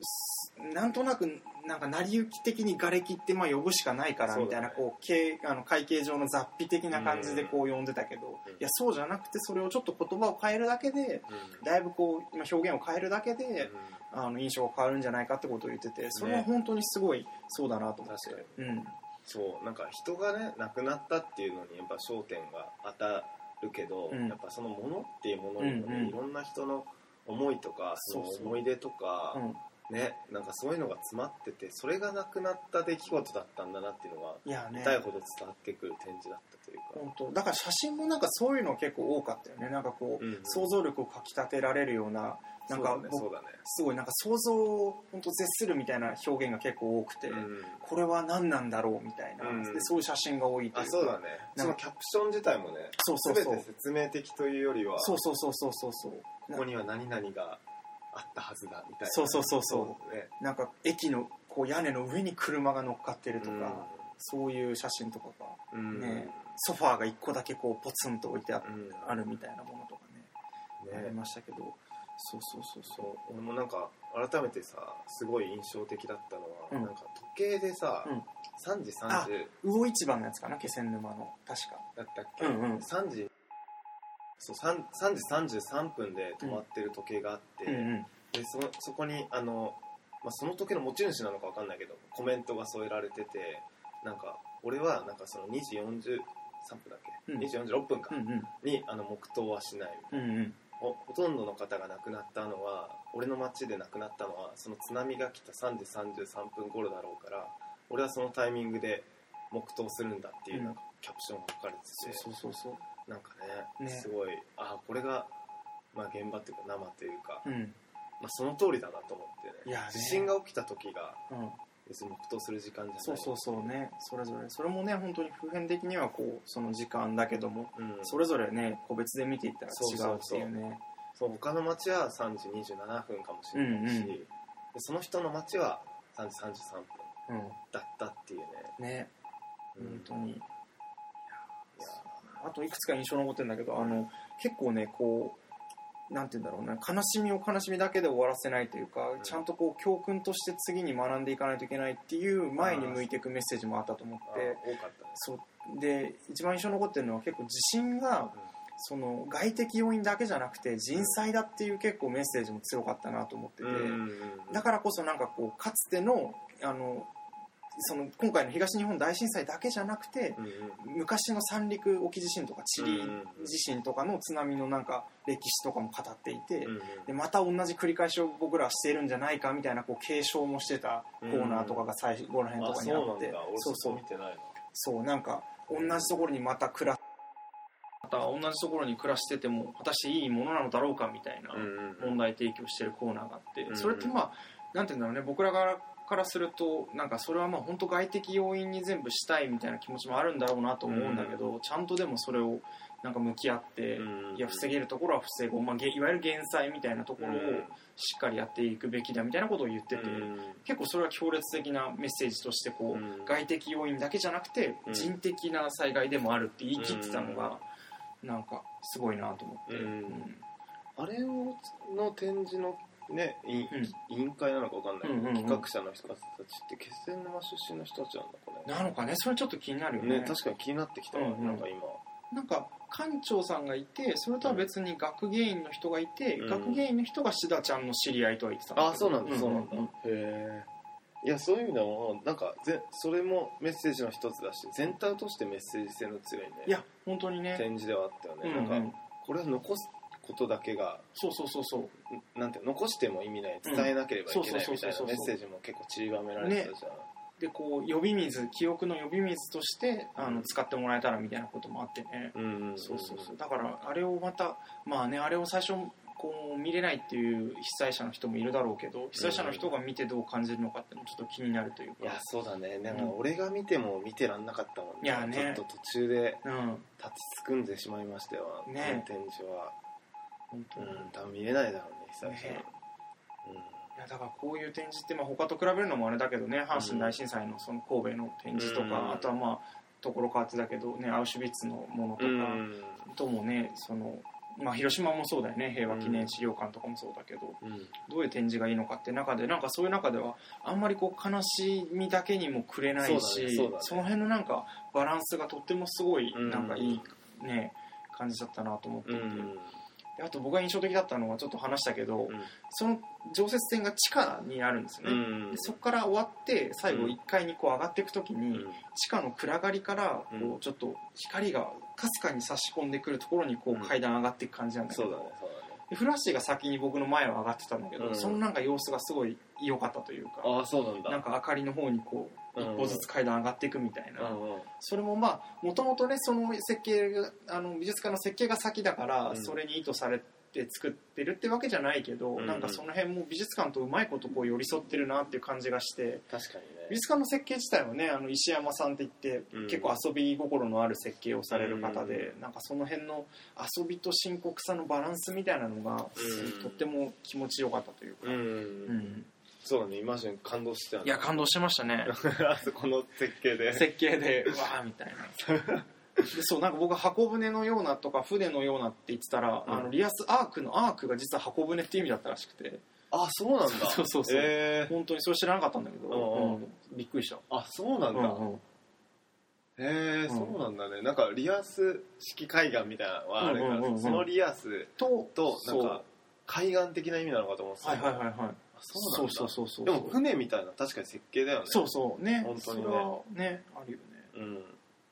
すなんとなくなんか成り行き的に瓦礫ってまあ呼ぶしかないからみたいなそうだこう形あの会計上の雑費的な感じでこう呼んでたけど、うんいやそうじゃなくてそれをちょっと言葉を変えるだけでうんだいぶこう今表現を変えるだけで、うんあの印象が変わるんじゃないかってことを言っててそれは本当にすごいそうだなと思って、確かうんそうなんか人がね亡くなったっていうのにやっぱ焦点が当たるけど、うんやっぱそのものっていうものにもね、うんうんいろんな人の思いとかそのそうそう思い出とかう、ん、ねなんかそういうのが詰まっててそれがなくなった出来事だったんだなっていうのがいやね痛いほど伝わってくる展示だったといいうか、本当だから写真もなんかそういうの結構多かったよねなんかこう、うん想像力をかきたてられるようななんか、僕そうだねすごいなんか想像を本当絶するみたいな表現が結構多くて、そうだね、うんこれは何なんだろうみたいな、うんでそういう写真が多いというあかそうだねなんかそのキャプション自体もねそうそう全そうて説明的というよりはそうそうそうそうそうそうここには何々があったはずだみたいなそうそうそうそうねなんか駅のこう屋根の上に車が乗っかってるととか、か、そういう写真とかがうんねソファーが1個だけこうポツンと置いてあ,、うんあるみたいなものとかねありねましたけどそうそうそうそそう俺もなんか改めてさすごい印象的だったのは、うんなんか時計でさ、うん3時30う魚市場のやつかな気仙沼の確かだったっけ、うんうん3時そう 3, 3時33分で止まってる時計があって、うんうんでそのそこにあの、まあ、その時計の持ち主なのか分かんないけどコメントが添えられててなんか俺はなんかその2時43分だっけ、うん2時46分か、うんうんにあの黙祷はしないうんうんほほとんどの方が亡くなったのは俺の町で亡くなったのはその津波が来た3時33分頃だろうから俺はそのタイミングで黙祷するんだっていううんなんかキャプションが書かれてて、そうそうそうそうなんかねねすごいああこれが、まあ、現場っていうか生というか、うんまあ、その通りだなと思っていねやね地震が起きた時がうん別に黙祷する時間じゃないそうそうそうねそれぞれそれもね本当に普遍的にはこうその時間だけどもうん、それぞれね個別で見ていったら違うっていうねそう他の町は3時27分かもしれないし、うんうんでその人の町は3時33分うだったっていうね、んねうん本当にあといくつか印象残ってるんだけどあの結構ねこうなんて言うんだろうね悲しみを悲しみだけで終わらせないというか、んちゃんとこう教訓として次に学んでいかないといけないっていう前に向いていくメッセージもあったと思っいやてー多かったねそうで一番印象に残ってるのは結構地震がその外的要因だけじゃなくて人災だっていう結構メッセージも強かったなと思ってて、だからこそなんかこうかつてのあのその今回の東日本大震災だけじゃなくてうんうんうん昔の三陸沖地震とかチリうんうんうん地震とかの津波のなんか歴史とかも語っていて、うんうんでまた同じ繰り返しを僕らはしているんじゃないかみたいなこう警鐘もしてたコーナーとかが最後ら辺とあかそうにあなんって、だ俺そそうそこう見てないなそうなんか同じところにまた暮らまた同じところに暮らしてても果たしていいものなのだろうかみたいな問題提起をしてるコーナーがあって、うんうんそれってまあなんて言うんだろうね僕らからからするとなんかそれはまあ本当外的要因に全部したいみたいな気持ちもあるんだろうなと思うんだけど、ちゃんとでもそれをなんか向き合って、いや防ぎげるところは防ごう、まあ、げいわゆる減災みたいなところをしっかりやっていくべきだみたいなことを言ってて、結構それは強烈的なメッセージとしてこう、外的要因だけじゃなくてうん人的な災害でもあるって言い切ってたのがなんかすごいなと思って、うんうんあれをの展示のねいん委員会なのかわかんないけどうんうんうん企画者の人たちって気仙沼出身の人たちなんだこなのかねそれちょっと気になるれよねね確かに気になってきたわうんうんなんか今なんか館長さんがいてそれとは別に学芸員の人がいて、うん学芸員の人がシダちゃんの知り合いとは言ってたあそうなんだけどそうなんだへえいやそういう意味でもなんかぜそれもメッセージの一つだし全体としてメッセージ性の強いねいや本当にね、展示ではあったようね、んうんなんかこれは残すことだけがそうそうそうそんなんていうの残しても意味ないうん伝えなければいけないそうそうみたそうそいなうメッセージも結構散りばめられてたじゃん、うでこう呼び水記憶の呼び水としてあうのん使ってもらえたらみたいなこともあってね、うんうんんそうそうそうだからあれをまたまあねあれを最初こう見れないっていう被災者の人もいるだろうけど被災者の人が見てどう感じるのかっていうのもちょっと気になるといういやか、そうだねでも俺が見ても見てらんなかったもんねいやねちょっと途中でうん、立ちすくんでしまいましたよ、ねあの展示は本当うに、いん多分見れないだろうね久々に、ねやだからこういう展示ってまあ他と比べるのもあれだけどね阪神大震災のその神戸の展示とか、うんあとはまあところ変わってだけどねアウシュビッツのものとか、うん、ともねその、まあ、広島もそうだよね平和記念資料館とかもそうだけど、うんどういう展示がいいのかって中でなんかそういう中ではあんまりこう悲しみだけにもくれないそうしそ,、だねそうだねの辺のなんかバランスがとってもすごいうんなんかいい、ね感じだったなと思ってういて、んであと僕が印象的だったのはちょっと話したけど、うんその常設展が地下にあるんですよね、うんでそこから終わって最後うん1階にこう上がっていく時に、うん地下の暗がりからこううちょっと光がかすかに差し込んでくるところにこうんう階段上がっていく感じなんだけど、そうだねそうだねでフラッシーが先に僕の前を上がってたんだけど、うんそのなんか様子がすごい良かったというかああそうなんだなんか明かりの方にこう一歩ずつ階段上がっていくみたいな、うんうんそれもまあもともとねその設計があの美術家の設計が先だから、うんそれに意図されて作ってるってわけじゃないけど、んうんなんかその辺も美術館とうまいことこう寄り添ってるなっていう感じがして確かにね美術館の設計自体はねあの石山さんって言って、うん結構遊び心のある設計をされる方うんで、なんかその辺の遊びと深刻さのバランスみたいなのが、うんとっても気持ちよかったというか、うん、うんそうだねイマジン感動してたよい (laughs) や感動しましたねあそこの設計で設計でうわーみたいなで (laughs) そうなんか僕は箱舟のようなとか船のようなって言ってたら、うんあのリアスアークのアークが実は箱舟っていう意味だったらしくてあそうなんだ (laughs) そうそうそうえー、本当にそれ知らなかったんだけど、うんうんうんびっくりした、あそうなんだ、うんうんへうえ、んそうなんだねなんかリアス式海岸みたいなのはあれから、うんうんうんうんそのリアスととなんそうか海岸的な意味なのかと思ってたはいはいはいはいあそうなんだそうそうそうそうでも船みたいな確かに設計だよねそうそうね本当にねそれはねあるよねうん、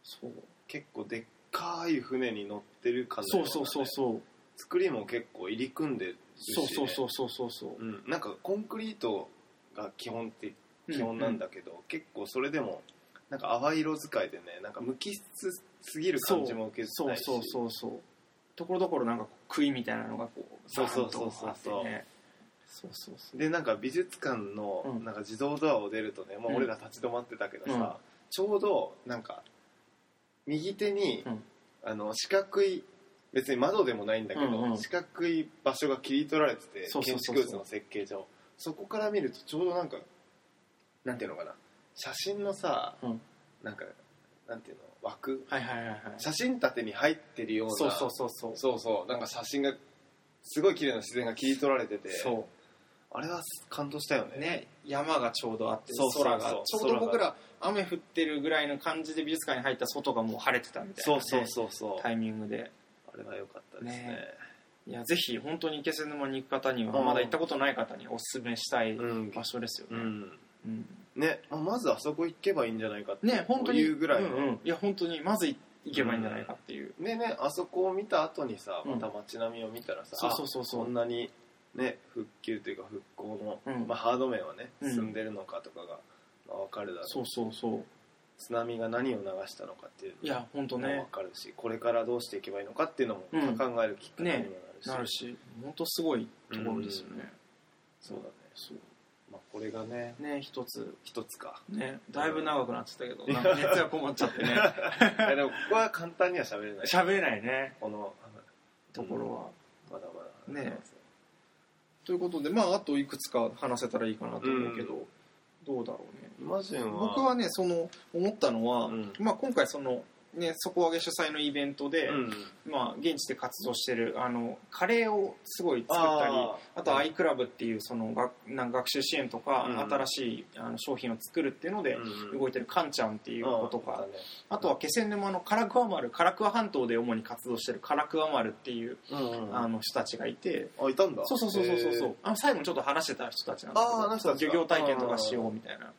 そう結構でっかい船に乗ってる感じそだようねそうそうそう作りも結構入り組んでるし、そうそうそうそうそうそうう、ん、なんかコンクリートが基本って基本なんだけど、結構それでもなんか淡い色使いでねなんか無機質すぎる感じも受けてそなういしそうそうそうところどころなんかこう杭みたいなのがこうそうそうそうそうバーンとあってねそうそうそうでなんか美術館のうんなんか自動ドアを出るとね、まあ、うん俺ら立ち止まってたけどさ、うんちょうどなんか右手に、うんあの四角い別に窓でもないんだけど、うんうん四角い場所が切り取られててそうそう建そうそう築物の設計上そこから見るとちょうどなんかなんていうのかな写真のさ、うんなんかなんていうの枠はいはいはいはい写真立てに入ってるようなそうそうそうそうそうそうなんか写真がすごい綺麗な自然が切り取られててそあれは感動したようね山がちょうどあってそうそうそう空がちょうど僕ら雨降ってるぐらいの感じで美術館に入ったら外がもう晴れてたみたいなそね、うそうそうそう、タイミングであれは良かったですねねいやぜひ本当に気仙沼に行く方には、うんまだ行ったことない方におすすめしたいうん場所ですようね、んうんねまあまずあそこ行けばいいんじゃないかってね本当にいうぐらいの、うんうんいや本当にまず行けばいいんじゃないかっていう、でねあそこを見た後にさうんまた街並みを見たらさ、そうそうそうそうあんなにね復旧というか復興の、うんまあ、ハード面はねうん進んでるのかとかが、まあ、分かるだろうそうそうそう津波が何を流したのかっていういや本当のも分ねかるし、これからどうしていけばいいのかっていうのもうん考えるきっかけにもなるし,、なるし本当すごいところですよね、うんそうだね、そうまあ、これがねね一つ一つか (laughs) ねだいぶ長くなっちゃったけどなんか熱が困っちゃって (laughs) ねいやでもここは簡単には喋れない喋れないねこのところは、まだまだねということでまああといくつか話せたらいいかなと思うけど、どうだろうねマジンは僕はねその思ったのは、うんまあ、今回その、ね、底上げ主催のイベントで、うんまあ、現地で活動してるあのカレーをすごい作ったりあと i クラブっていうその学なんか学習支援とか、うん新しいあの商品を作るっていうのでうん動いてるカンちゃんっていう子とか、うんあとは気仙沼のカラクア丸カラクア半島で主に活動してるカラクア丸っていう、うんうんあの人たちがいて。あいたんだそうそうそうそうそうそへうあの最後にちょっと話してた人たちなんだあーあけの人どたち漁か業体験とかしようみたいな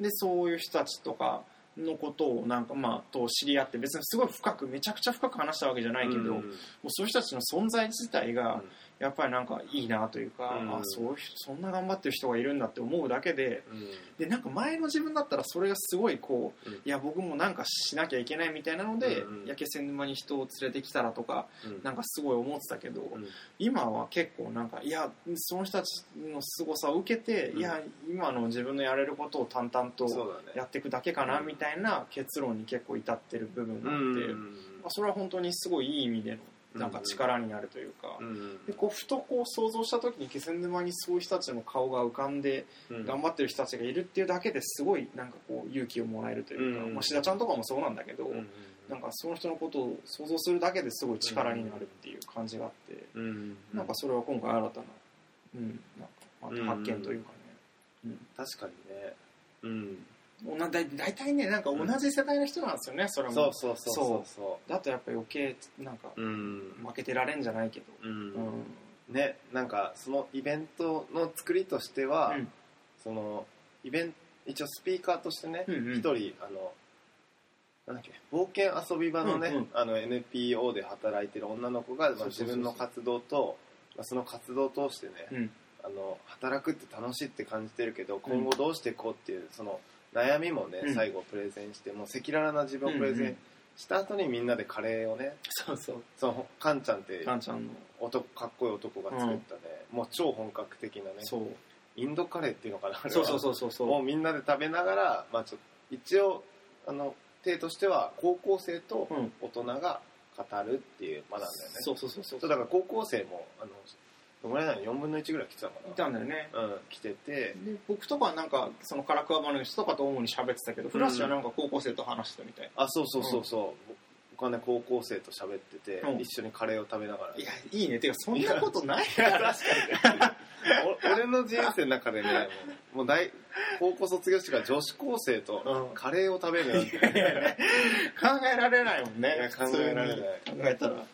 でそういう人たちとかのことをなんかまあと知り合って別にすごい深くめちゃくちゃ深く話したわけじゃないーけど、うもうんそういう人たちの存在自体がうんやっぱりなんかいいなというか、うんあそういう人そんな頑張ってる人がいるんだって思うだけでうんでなんか前の自分だったらそれがすごいこう、うんいや僕もなんかしなきゃいけないみたいなので、うんうんやけせ沼に人を連れてきたらとかうんなんかすごい思ってたけど、うん今は結構なんかいやその人たちの凄さを受けて、うんいや今の自分のやれることを淡々そとうだねやっていくだけかなみたいな結論に結構至ってる部分うがあんっうて、んまあ、それは本当にすごいいい意味でのなんか力になるというか、うんでこうふとこう想像した時に気仙沼にそういう人たちの顔が浮かんでうん頑張ってる人たちがいるっていうだけですごいなんかこう勇気をもらえるというか、うんまあ、志田ちゃんとかもそうなんだけど、うんなんかその人のことを想像するだけですごい力になるっていう感じがあって。うんなんかそれは今回新たな,、うん、なんかまた発見というかね、確かにねうんうん同じ大大体ねなんか同じ世代の人なんですよね、それもそうそうそうそうそだとやっぱ余計なんかううん負けてられんじゃないけど、ううんんねなんかそのイベントの作りとしてはうんそのイベン一応スピーカーとしてねうんうん一人あのなんだっけ冒険遊び場のね、うんうんあの NPO で働いてる女の子が、そまあ、うそうそうそう自分の活動と、まあまあ、その活動を通してね、うんあの働くって楽しいって感じてるけど今後どうしていこうっていうその悩みもね、うん最後プレゼンしてもう赤裸々な自分をプレうんゼうんンした後にみんなでカレーをねそうそうそのカンちゃんってカンちゃんの男かっこいい男が作ったね、もう超本格的なねそうインドカレーっていうのかなあれはそうそうそうそうをそみんなで食べながら、まあ、ちょっと一応あの体としては高校生とううん大人が語るっていう場なんだよねそうそうそうそうそうだから高校生もあのどのぐらいなの4分の1ぐらい来てたのかないたんだよねうん、来ててで僕とかはなんかそのカラクアバの人とかと主に喋ってたけど、フラッシュはなんか高校生と話してたみたいあそうそうそうそう、僕はね高校生と喋ってて、うん一緒にカレーを食べながらないやいいねてかそんなことないいや確かに (laughs) お俺の人生の中でねもうもう大高校卒業してから女子高生とうんカレーを食べるなんて、いやいや考えられないもんねいや考えられない普通に考えたらい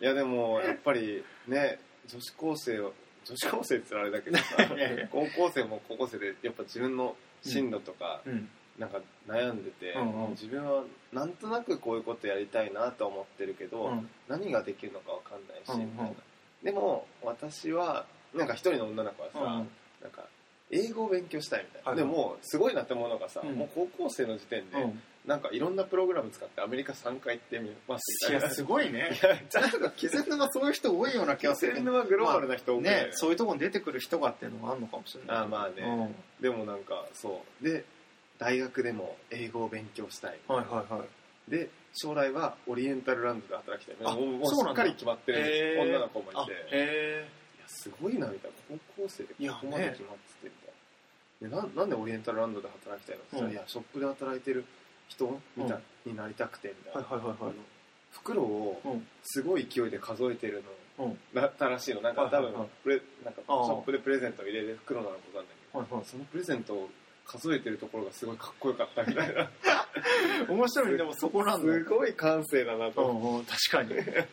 やでもやっぱりね女子高生を女子高生って言ったらあれだけどさいやいや高校生も高校生でやっぱ自分の進路とか、うんなんか悩んでて、うんうん自分はなんとなくこういうことやりたいなと思ってるけど、うん何ができるのかわかんないし、うんうんみたいなでも私はなんか一人の女の子はさ、うんなんか英語を勉強したいみたいな、はいでももうすごいなって思うのがさ、うんもう高校生の時点で、うんなんかいろんなプログラム使ってアメリカ3回行ってみますいみやたいな。すごいねいやちゃんなんか気仙沼そういう人多いような気とがすセるリヌはグローバルな人多くないねそういうとこに出てくる人がっていうのもあるのかもしれないあまあね、でもなんかそうで大学でも英語を勉強したいうんはいはいはいで将来はオリエンタルランドで働きたいあもうもうそうしなんだっかり決まってへるー女の子もいあていやへすごいなみたいな高校生でここまいやでね決まっててみたいなでななんでオリエンタルランドで働きたいのって言ったらうんいやショップで働いてる人みたいになりたくてみたえいな、はいはいはいあはのい袋をうんすごい勢いで数えてるのうんだったらしいのなんか多はいはいは分いプレなんかシあーョップでプレゼントを入れる袋なのか分かんないけどはいはいそのプレゼントを数えてるところがすごいかっこよかったみたい (laughs) な面白いねでもそこなんだすごい感性だなとうんう思ってん確かに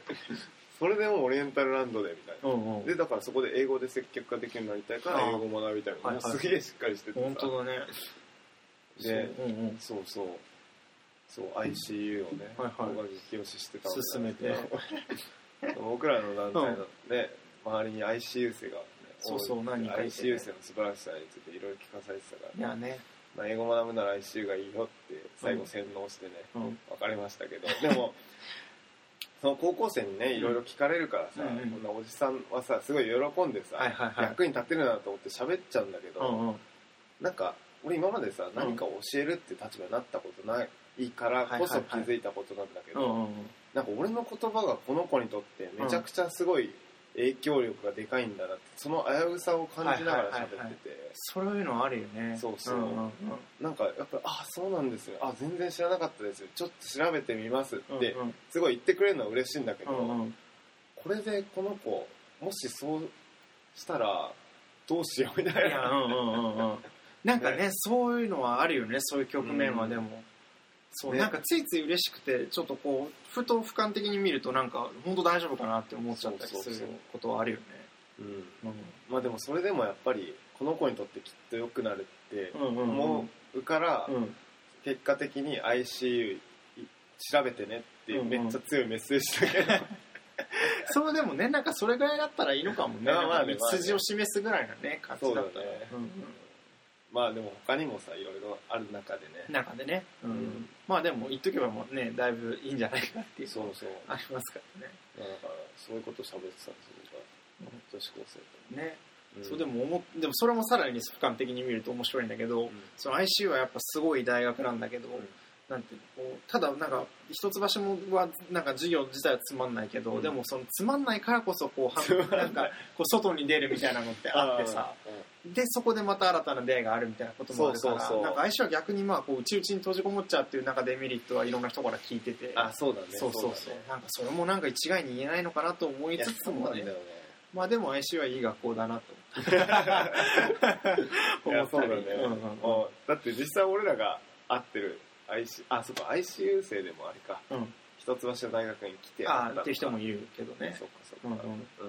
それでもオリエンタルランドでみたいなうんうんでだからそこで英語で接客ができるようになりたいからあー英語を学びたいみたいはいなはいもうすげえしっかりしててさ本当だねでそううんうんそうそうそう ICU をねはいはい僕が激推ししてたんだ進めて (laughs) 僕らの団体のね周りに ICU 生がねそうそう多い何人かいてね ICU 生の素晴らしさについていろいろ聞かされてたからいやねまあ英語学ぶなら ICU がいいよって最後洗脳してねうん別れましたけどでもその高校生にねいろいろ聞かれるからさ、うんうんこんなおじさんはさすごい喜んでさ、はいはいはい役に立てるなと思って喋っちゃうんだけど、うんうんなんか俺今までさ何かを教えるって立場になったことないからこそはい気はいはいづいたことなんだけど、うんうんうんなんか俺の言葉がこの子にとってめちゃくちゃすごい影響力がでかいんだなってその危うさを感じながら喋ってはいて、はいはいそういうのあるよねそうそうんんんなんかやっぱりあそうなんですよあ全然知らなかったですよちょっと調べてみますって、うんすごい言ってくれるのは嬉しいんだけど、うんうんこれでこの子もしそうしたらどうしようみたいいやな、うんうんうんうんなんかねねそういうのはあるよねそういう局面はでも、そう、ねなんかついつい嬉しくてちょっとこうふと俯瞰的に見るとなんか本当大丈夫かなって思っちゃったりそうすそうそうることはあるよねうんうんまあでもそれでもやっぱりこの子にとってきっと良くなるってうんうん思うから、うんうん結果的に ICU 調べてねっていううんめっちゃ強いメッセージだけど、 (laughs) それでもねなんかそれぐらいだったらいいのかもねまあまあねなんか筋を示すぐらいのね感じだったらそうだねうんうんまあでも他にもさいろいろある中でね中でね、うんうんまあでも言っとけばもうねだいぶいいんじゃないかっていうそうそうありますからねだからそういうこと喋ってたんですよ僕は女子高生と、ね、うんそうで、も思っでもそれもさらに俯瞰的に見ると面白いんだけど、うんその ICU はやっぱすごい大学なんだけど、んなんていうのこうただなんか一橋もはなんか授業自体はつまんないけど、うんでもそのつまんないからこそこう (laughs) つまんはないなんかこう外に出るみたいなのってあってさ、うんでそこでまた新たな出会いがあるみたいなこともあるからそうそうそうなんか ICU は逆にまあこううちうちに閉じこもっちゃうっていうなんかデメリットはいろんな人から聞いてて。あそうだねそうそうそうなんかそれもなんか一概に言えないのかなと思いいやつつそうもなんだねよねまあでも ICU はいい学校だなと (laughs) (laughs) 思ったそうだりね、うんうんうんうんだって実際俺らが会ってる IC あそうか ICU 生でもあれかうん、一橋の大学に来てあ会あたっていう人もいるけどねそうかそううかんうんうー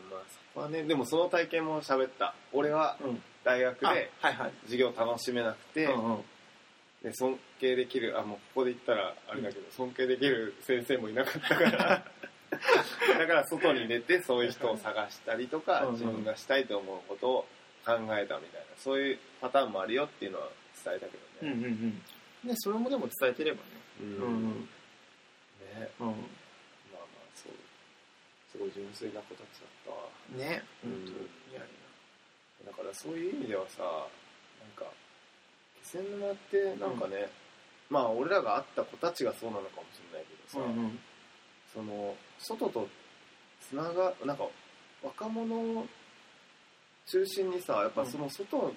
んまあそこはねでもその体験も喋った俺はうん大学あではいはい授業楽しめなくて、うんうんで尊敬で (laughs) きるあもうここで言ったらあれだけど、尊敬できる先生もいなかったからだから外に出てそういう人を探したりとかうんうん自分がしたいと思うことを考えたみたいなそういうパターンもあるよっていうのは伝えたけうどんうね、んうんねそれもでも伝えてればねうんうんうんねまあまあそうすごい純粋な子たちだったわうんねうん本当にリアルだからそういう意味ではさなんか気仙沼ってなんかね、まあ俺らが会った子たちがそうなのかもしれないけどなさ、うんその外とつながなんか若者を中心にさやっぱその外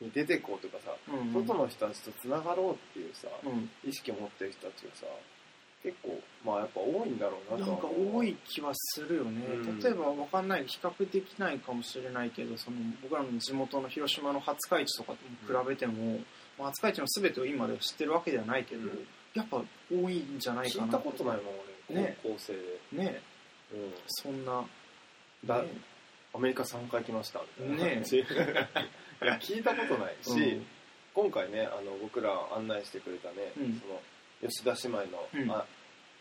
に出てこうとかさ、うん外の人たちとつながろうっていうさ、うん意識を持ってる人たちがさ結構まあやっぱ多いんだろうななんとはか思う多い気はするよね、うん例えばわかんない比較できないかもしれないけどその僕らの地元の広島の廿日市とかと比べても、まあ、廿日市の全てを今では知ってるわけではないけど、うんやっぱ多いんじゃないか聞ないたことないもん俺、ね高校生で、ねうんそんなだねアメリカ3回来ましたみたいなね感じいや (laughs) 聞いたことないし、今回ねあの僕ら案内してくれたね、うんその吉田姉妹の、うんあ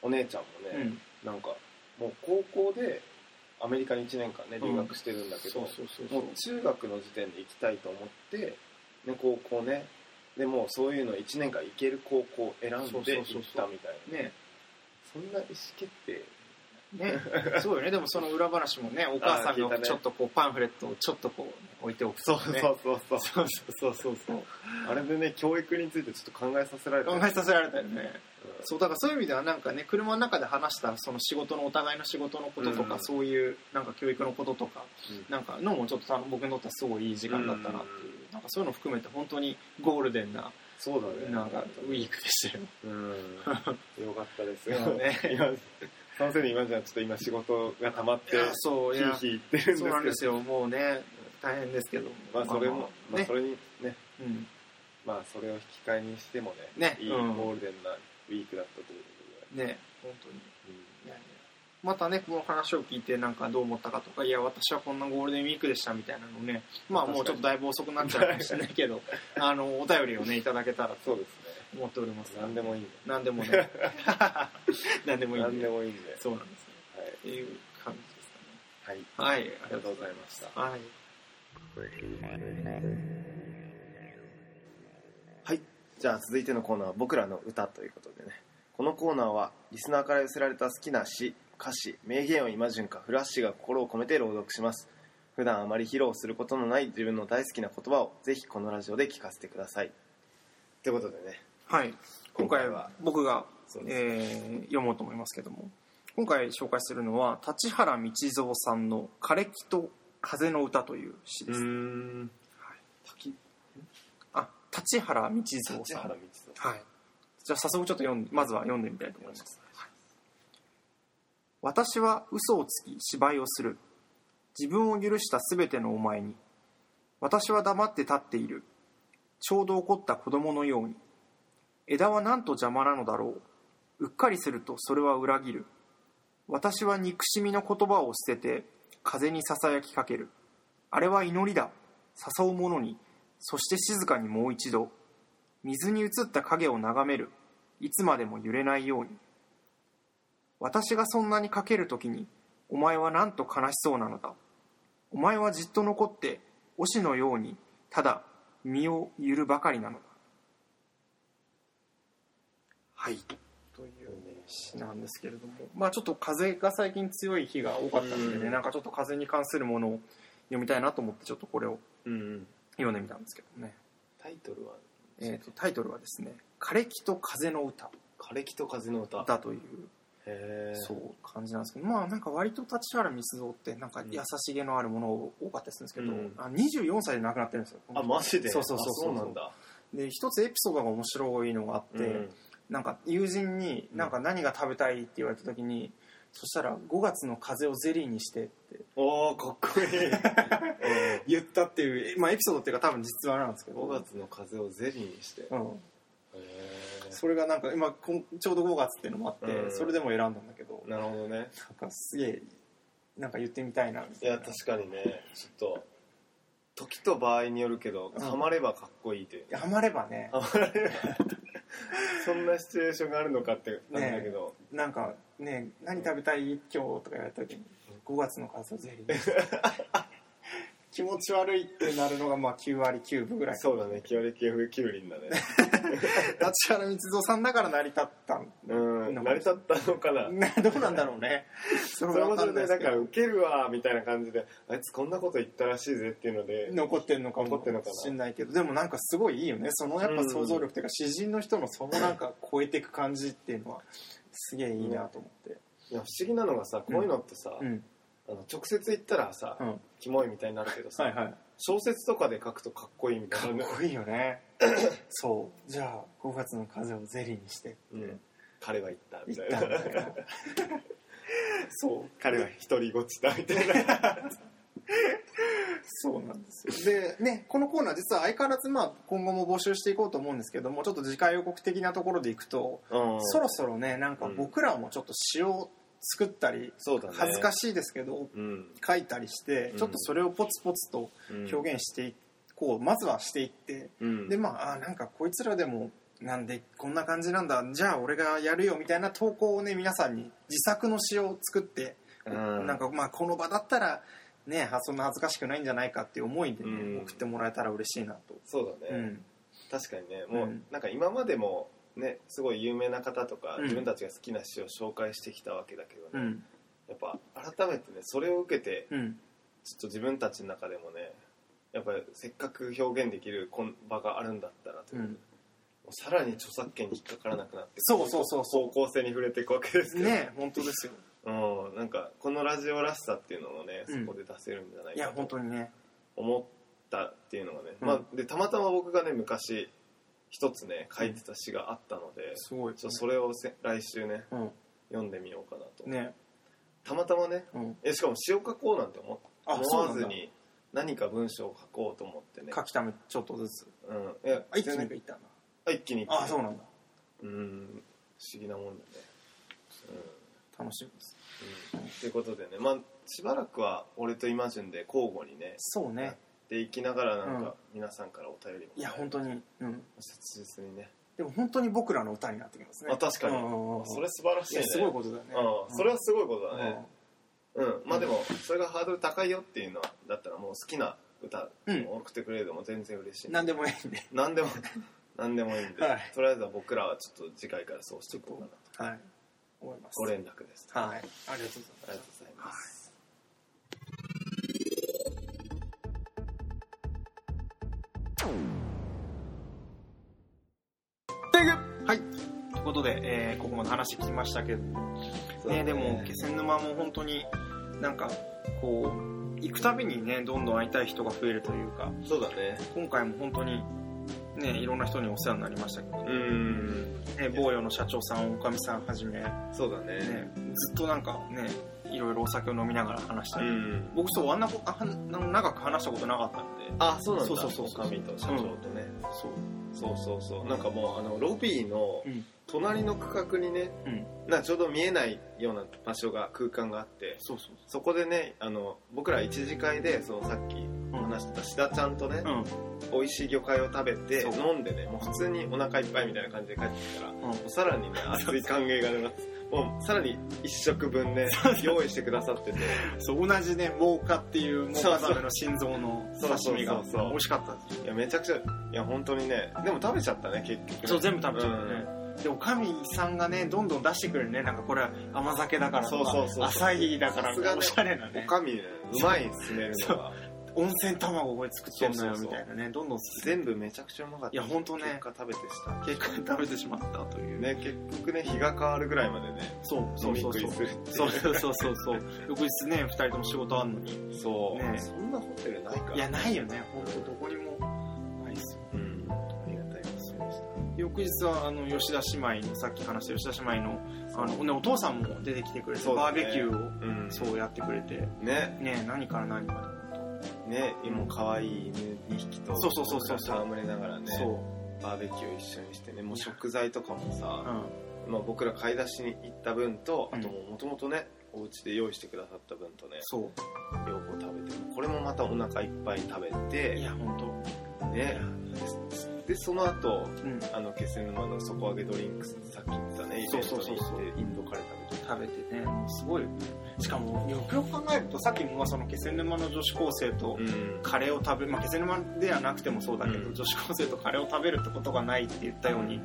お姉ちゃんうもん、うね、んなんかもう高校でアメリカに1年間ねうん留学してるんだけど、そうそうそうそうもう中学の時点で行きたいと思って、ね、高校ねでもうそういうの1年間行ける高校を選んで行そっうそうそうそうたみたいなねそんな意思決定ね、そうよねでもその裏話もねお母さあー聞んいたがねちょっとこうパンフレットをちょっとこう置いておくそとかうそうねそうそうそうそうそうそうあれでね教育についてちょっと考えさせられた考えさせられたよねうんそうだからそういう意味ではなんかね車の中で話したその仕事のお互いの仕事のこととか、うんそういうなんか教育のこととか、うんなんかのもちょっとた僕にとってはすごいいい時間だったなっていう、なんかそういうの含めて本当にゴールデンなそうだねなんかウィークでしたようんよかったで (laughs) すそうね今賛成に今じゃちょっと今仕事が溜まっていやそういヒーやヒー言ってるんですそうなんけでどすよもうね大変ですけどまあそれもまあねそれにねうんまあそれを引き換えにしてもねねいいゴうんールデンなウィークだったというこね本当にとでいやいやまたねこの話を聞いてなんかどう思ったかとかいや私はこんなゴールデンウィークでしたみたいなのをねまあもうちょっとだいぶ遅くなっちゃうかもしれない (laughs) けどあのお便りをねいただけたらとうんそうです思っておりますね何でもいいん何でも (laughs) ね何でもでいいん何ででもいいんでそうなんですねはいっていう感じですはかいねはいありがとうございましたたはいはい。じゃあ続いてのコーナーは僕らの歌ということでね。このコーナーはリスナーから寄せられた好きな詩、歌詞、名言を今順かフラッシュが心を込めて朗読します。普段あまり披露することのない自分の大好きな言葉をぜひこのラジオで聞かせてください。ってことでね。はい、今回今回はは僕がそう、ですえー読もうと思いますけども今回紹介するのは立原道三さんの「枯れ木と風の歌」という詩です、ん。滝あ立原道三立さん原道三はい、じゃあ早速ちょっと読んまずは読んでみたいと思います、はい私は嘘をつき芝居をする自分を許した全てのお前に私は黙って立っているちょうど怒った子供のように枝はなんと邪魔なのだろううっかりするとそれは裏切る私は憎しみの言葉を捨てて風にささやきかけるあれは祈りだ誘う者にそして静かにもう一度水に映った影を眺めるいつまでも揺れないように私がそんなにかけるときにお前はなんと悲しそうなのだお前はじっと残っておしのようにただ身を揺るばかりなのだはいというね詩なんですけれどもまあちょっと風が最近強い日が多かったのでうねんなんかちょっと風に関するものを読みたいなと思ってちょっとこれをうん。読んでみたんですけどねタイトルは、えー、とタイトルはですね「枯れ木と風の歌枯れ木と風の」歌。だというへえ。そう感じなんですけどまあなんか割と立原光三ってなんか優しげのあるものを多かったりするんですけど、うんあ24歳で亡くなってるんですよあ、マジでそうそうそうあそうなんだ。で一つエピソードが面白いのがあって、うんなんか友人に「なんか何が食べたい?」って言われた時に、そしたら「5月の風をゼリーにして」っておー、かっ (laughs) こい (laughs) い。うん言ったっていう、まあ、エピソードっていうか多分実話なんですけど5月の風をゼリーにして。へうん、え。それがなんか今こんちょうど5月っていうのもあって、うんそれでも選んだんだけど、なるほどね。なんかすげえなんか言ってみたいなみいたいなや、確かにね、ちょっと、時と場合によるけど、うんハマればかっこいいという。ハマればねハマれば。そんなシチュエーションがあるのかってなんだけど、なんかね何食べたい今日とか言われた時に5月のカツオゼリー気持ち悪いってなるのがまあ9割9分ぐらいそうだね、キュアレキュキュウリン (laughs) だね。立原光三さんだから成り立ったんうん、成り立ったのかな。ね (laughs) どうなんだろうねそれそれはも分かそんれないで、ですだけかどら、ウケるわ、みたいな感じで、あいつこんなこと言ったらしいぜっていうので、残ってんのかも残ってんのかなしんないけどでもなんかすごいいいよねそのやっぱうん想像力っていうか詩人の人のそのなんか超えていく感じっていうのはすげえいいなと思っていや不思議なのがさ、こういうのってさ、うんあの直接言ったらさ、うんキモいみたいになるけどさ、はいはい小説とかで書くとかっこいいみたかいっな。こいいよねそうじゃあ5月の風をゼリーにしてうん、彼は言った、み行ったいたみな。たいなそう彼は独りごちだ、み (laughs) たいな。 (laughs) そうなんですよでねこのコーナー実は相変わらずまあ今後も募集していこうと思うんですけどもちょっと次回予告的なところでいくとうそろそろねなんか僕らもちょっと詩を作ったりそうだね。恥ずかしい。しいですけどうん。書いたりしてうんちょっとそれをポツポツと表現していこうまずはしていってうんでまああーなんかこいつらでもなんでこんな感じなんだじゃあ俺がやるよみたいな投稿をね皆さんに自作の詩を作ってうんなんかまあこの場だったらねはそんな恥ずかしくないんじゃないかっていう思いでうんね送ってもらえたら嬉しいなと。そうだうね、ん確かにねもう、うんなんか今までもねすごい有名な方とか、うん自分たちが好きな詩を紹介してきたわけだけどね、うんやっぱ改めてねそれを受けてうんちょっと自分たちの中でもねやっぱりせっかく表現できるこん場があるんだったらうという、んさらに著作権に引っかからなくなってそうそうそうそう方向性に触れていくわけですけど、ね本当ですようん、なんかこのラジオらしさっていうのもねうんそこで出せるんじゃないいやか本と当にね思ったっていうのがね、うんまあ、でたまたま僕がね昔一つね書いてた詩があったので、すごいちょそれをせ来週ねうん読んでみようかなと、ねたまたまねうんえしかも詩を書こうなんて思あ思そうわなんずだに何か文章を書こうと思ってね書きためちょっとずつうん、いやあ一気に全い然ったんだあ一気にあそうなんだうん不思議なもんだねうん楽しみですうんということでねまあしばらくは俺とイマジュンで交互にねそうねでいきながらなんうんか皆さんからお便りも、いや本当にうん切実にねでも本当に僕らの歌になってきますねあ確かにうんうんうんうんそれ素晴らしいいねやすごいことだよねうん、それはすごいことだね、うん、まあうんでもそれがハードル高いよっていうのはだったらもう好きな歌うんを送ってくれるのも全然嬉しい、うん何でもいいんで何でも (laughs) 何でもいいんで、はいとりあえずは僕らはちょっと次回からそうしていこうかなとはい思いますご連絡ですはいあありがとうございりまがとすうございます、はいということで、えーここまで話聞きましたけどそうだね、でも気仙沼も本当になんかこう行くたびにねどんどん会いたい人が増えるというかそうだね今回も本当にねいろんな人にお世話になりましたけど、うーんね、某与の社長さんおかみさんはじめ、ね、そうだねずっとなんかねいろいろお酒を飲みながら話したうり、ん僕そうあんなこあんな長く話したことなかったんであそうなんだそうそうそうそう女将と社長とね、そうそうそうそうなんかもうあのロビーのうん隣の区画にね、うんなんかちょうど見えないような場所が空間があってそうそうそこでねあの僕ら一次会でそのさっきうん話してた志田ちゃんとね、うん美味しい魚介を食べてそう飲んでねもう普通にお腹いっぱいみたいな感じで帰ってきたらもうんうさら (laughs) にね熱い歓迎が出ますもうさらに一食分ね用意してくださっててそう同じねモーカっていうモーカザメの心臓のそうそう刺身がそうそうそう美味しかったですいやめちゃくちゃいや本当にねでも食べちゃったね結局ねそう全部食べちゃったね、でおかみさんがねどんどん出してくれるねなんかこれは甘酒だからとかそうそうそうそう浅いだからさすがねおしゃれなうんおねかみねうまいっすねそのうが温泉卵これ作ってんのよそうそみうそたういなねどんどん結全部めちゃくちゃうまかったいや本当ね結果食べてした果食べてしまったというね結局ね日が変わるぐらいまでねそうそ飲うみそう食そいうするっていそうそうそうそうそう翌日ね2人とも仕事あんのにうそう、ねそんなホテルないからいやないよね本当どこにもないっすようんありがたいことでし翌日はあの吉田姉妹のさっき話した吉田姉妹のたあの、ね、お父さんも出てきてくれて、そうだバーねベキューをうんそうやってくれてねね何から何まね、今可愛い犬2匹とそうそうそうそうそう戯れながらねでそう、バーベキューを一緒にしてねもう食材とかもうさ、ん、まあ、僕ら買い出しに行った分とうあんともともとねお家で用意してくださった分とねそ両方食べてこれもまたお腹いっぱい食べういてや本当ねででその後うんあの気仙沼の底上げドリンクスさっき言ったねイベントにそうそうそう行そっうてインドカレー食べて食べてねすごいしかもよくよく考えるとさっきもまあその気仙沼の女子気高生とうんカレーを食べる、まあ、気仙沼ではなくてもそうだけど、うん女子高生とカレーを食べるってことがないって言ったように、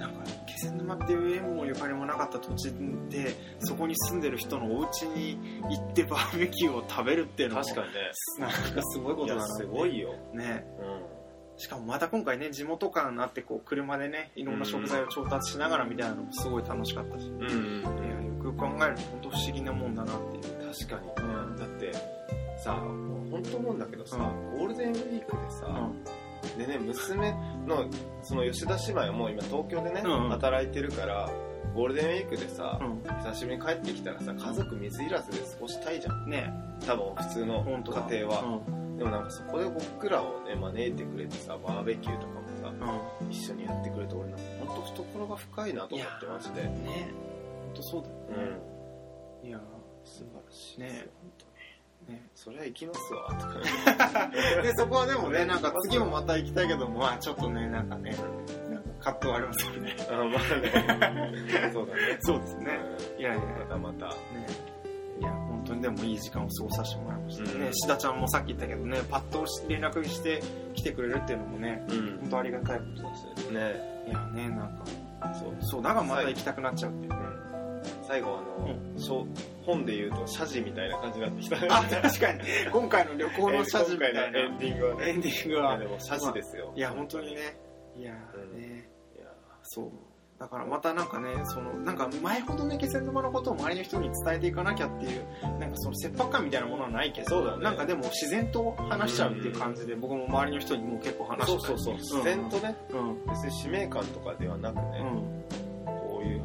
なんか気仙沼っていう縁もゆかりもなかった土地でそこに住んでる人のお家に行ってバーベキューを食べるっていうのも確かにねなんかすごいこといだやなすごいよ、ねうしかもまた今回ね地元感あってこう車でねいろんな食材を調達しながらみたいなのもすごい楽しかったし、んいやよくよく考えると本当不思議なもんだなっていう確かにねだってさもう本当思うんだけどさ、うゴールデンウィークでさ、うんでね娘のその吉田姉妹はもう今東京でね、うんうん働いてるからゴールデンウィークでさ、うん久しぶりに帰ってきたらさ家族水いらずで過ごしたいじゃんね多分普通の本当だ家庭は、うんでもなんかそこで僕らをね招いてくれてさバーベキューとかもさう一緒にやってくれて俺なんかほんと懐が深いなと思ってましてんね本当そうだうよねんいや素晴らしいねですよ本当ーねそりゃ行きますわとか (laughs) でそこはでもねなんか次もまた行きたいけどまあちょっとねなんかねなんか葛藤はありますよねあまあねそうだねそうですねうんいやいやまたまたねいや本当にでもいい時間を過ごさせてもらいましたね、うん志田ちゃんもさっき言ったけどねパッと連絡して来てくれるっていうのもねうん本当ありがたいことだしねいやねなんかそうそうだからまた行きたくなっちゃうっていう最後あの、しょ本で言うと謝辞みたいな感じになってきたねあ (laughs) 確かに今回の旅行の写真みたいな今回のエンディングはねエンディングいやはでも謝辞ですよいや本当にねいやうんねいやそうだからまたなんかねそのなんか前ほどね気仙沼のことを周りの人に伝えていかなきゃっていうなんかその切迫感みたいなものはないけどそうだねなんかでも自然と話しちゃうっていう感じで、僕も周りの人にもう結構話しそてうそうそう自然とねうんうん別に使命感とかではなくうね、んこういう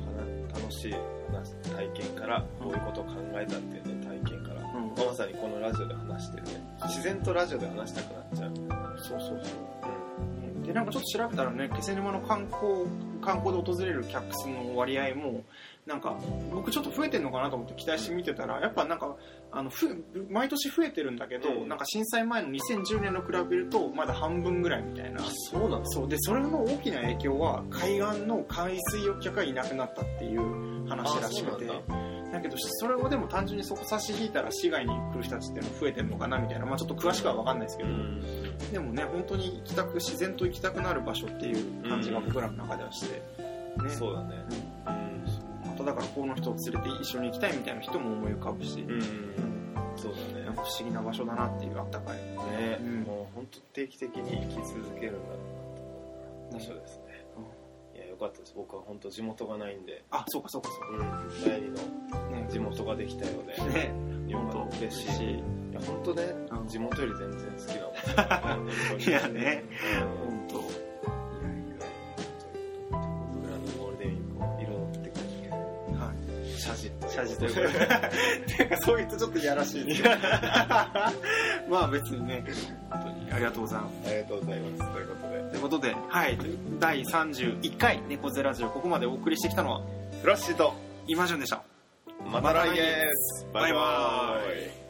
話楽しい話体験からこういうことを考えたっていうね体験から、うんまさにこのラジオで話してるね自然とラジオで話したくなっちゃう、そうそうそうでなんかちょっと調べたらね気仙沼の観光観光で訪れる客数の割合もなんか僕ちょっと増えてるのかなと思って期待して見てたらやっぱなんかあのふ毎年増えてるんだけど、うんなんか震災前の2010年の比べるとまだ半分ぐらいみたいなそうなのそうでそれの大きな影響は海岸の海水浴客がいなくなったっていう話らしくてあそうだけどそれをでも単純にそこ差し引いたら市外に来る人たちっていうのは増えてるのかなみたいな、まあ、ちょっと詳しくは分かんないですけど、でもね本当に行きたく自然と行きたくなる場所っていう感じが僕らの中ではして、ねそうだねうんうんまただからこの人を連れて一緒に行きたいみたいな人も思い浮かぶし、うん、そうだなんねか不思議な場所だなっていうあったかいね、うんもう本当定期的に生き続けるんだろうな場所ですね、いやよかったです僕は本当地元がないんで、あそうかそうかそううん、第二のかね地元ができたようで、ねよかった嬉しいいや本当ねうん地元より全然好きだもん本当に (laughs) いやねうん本当いやい僕らのゴールデンウィークを彩ってくれやはいる写真謝辞ということでなんかそう言うとちょっといやらしいですけど (laughs) まあ別にね本当にありがとうございますありがとうございますということでということで、はい、第31回「猫背ラジオ」ここまでお送りしてきたのはフラッシーとイマジュンでしたまた来月バイバーイイ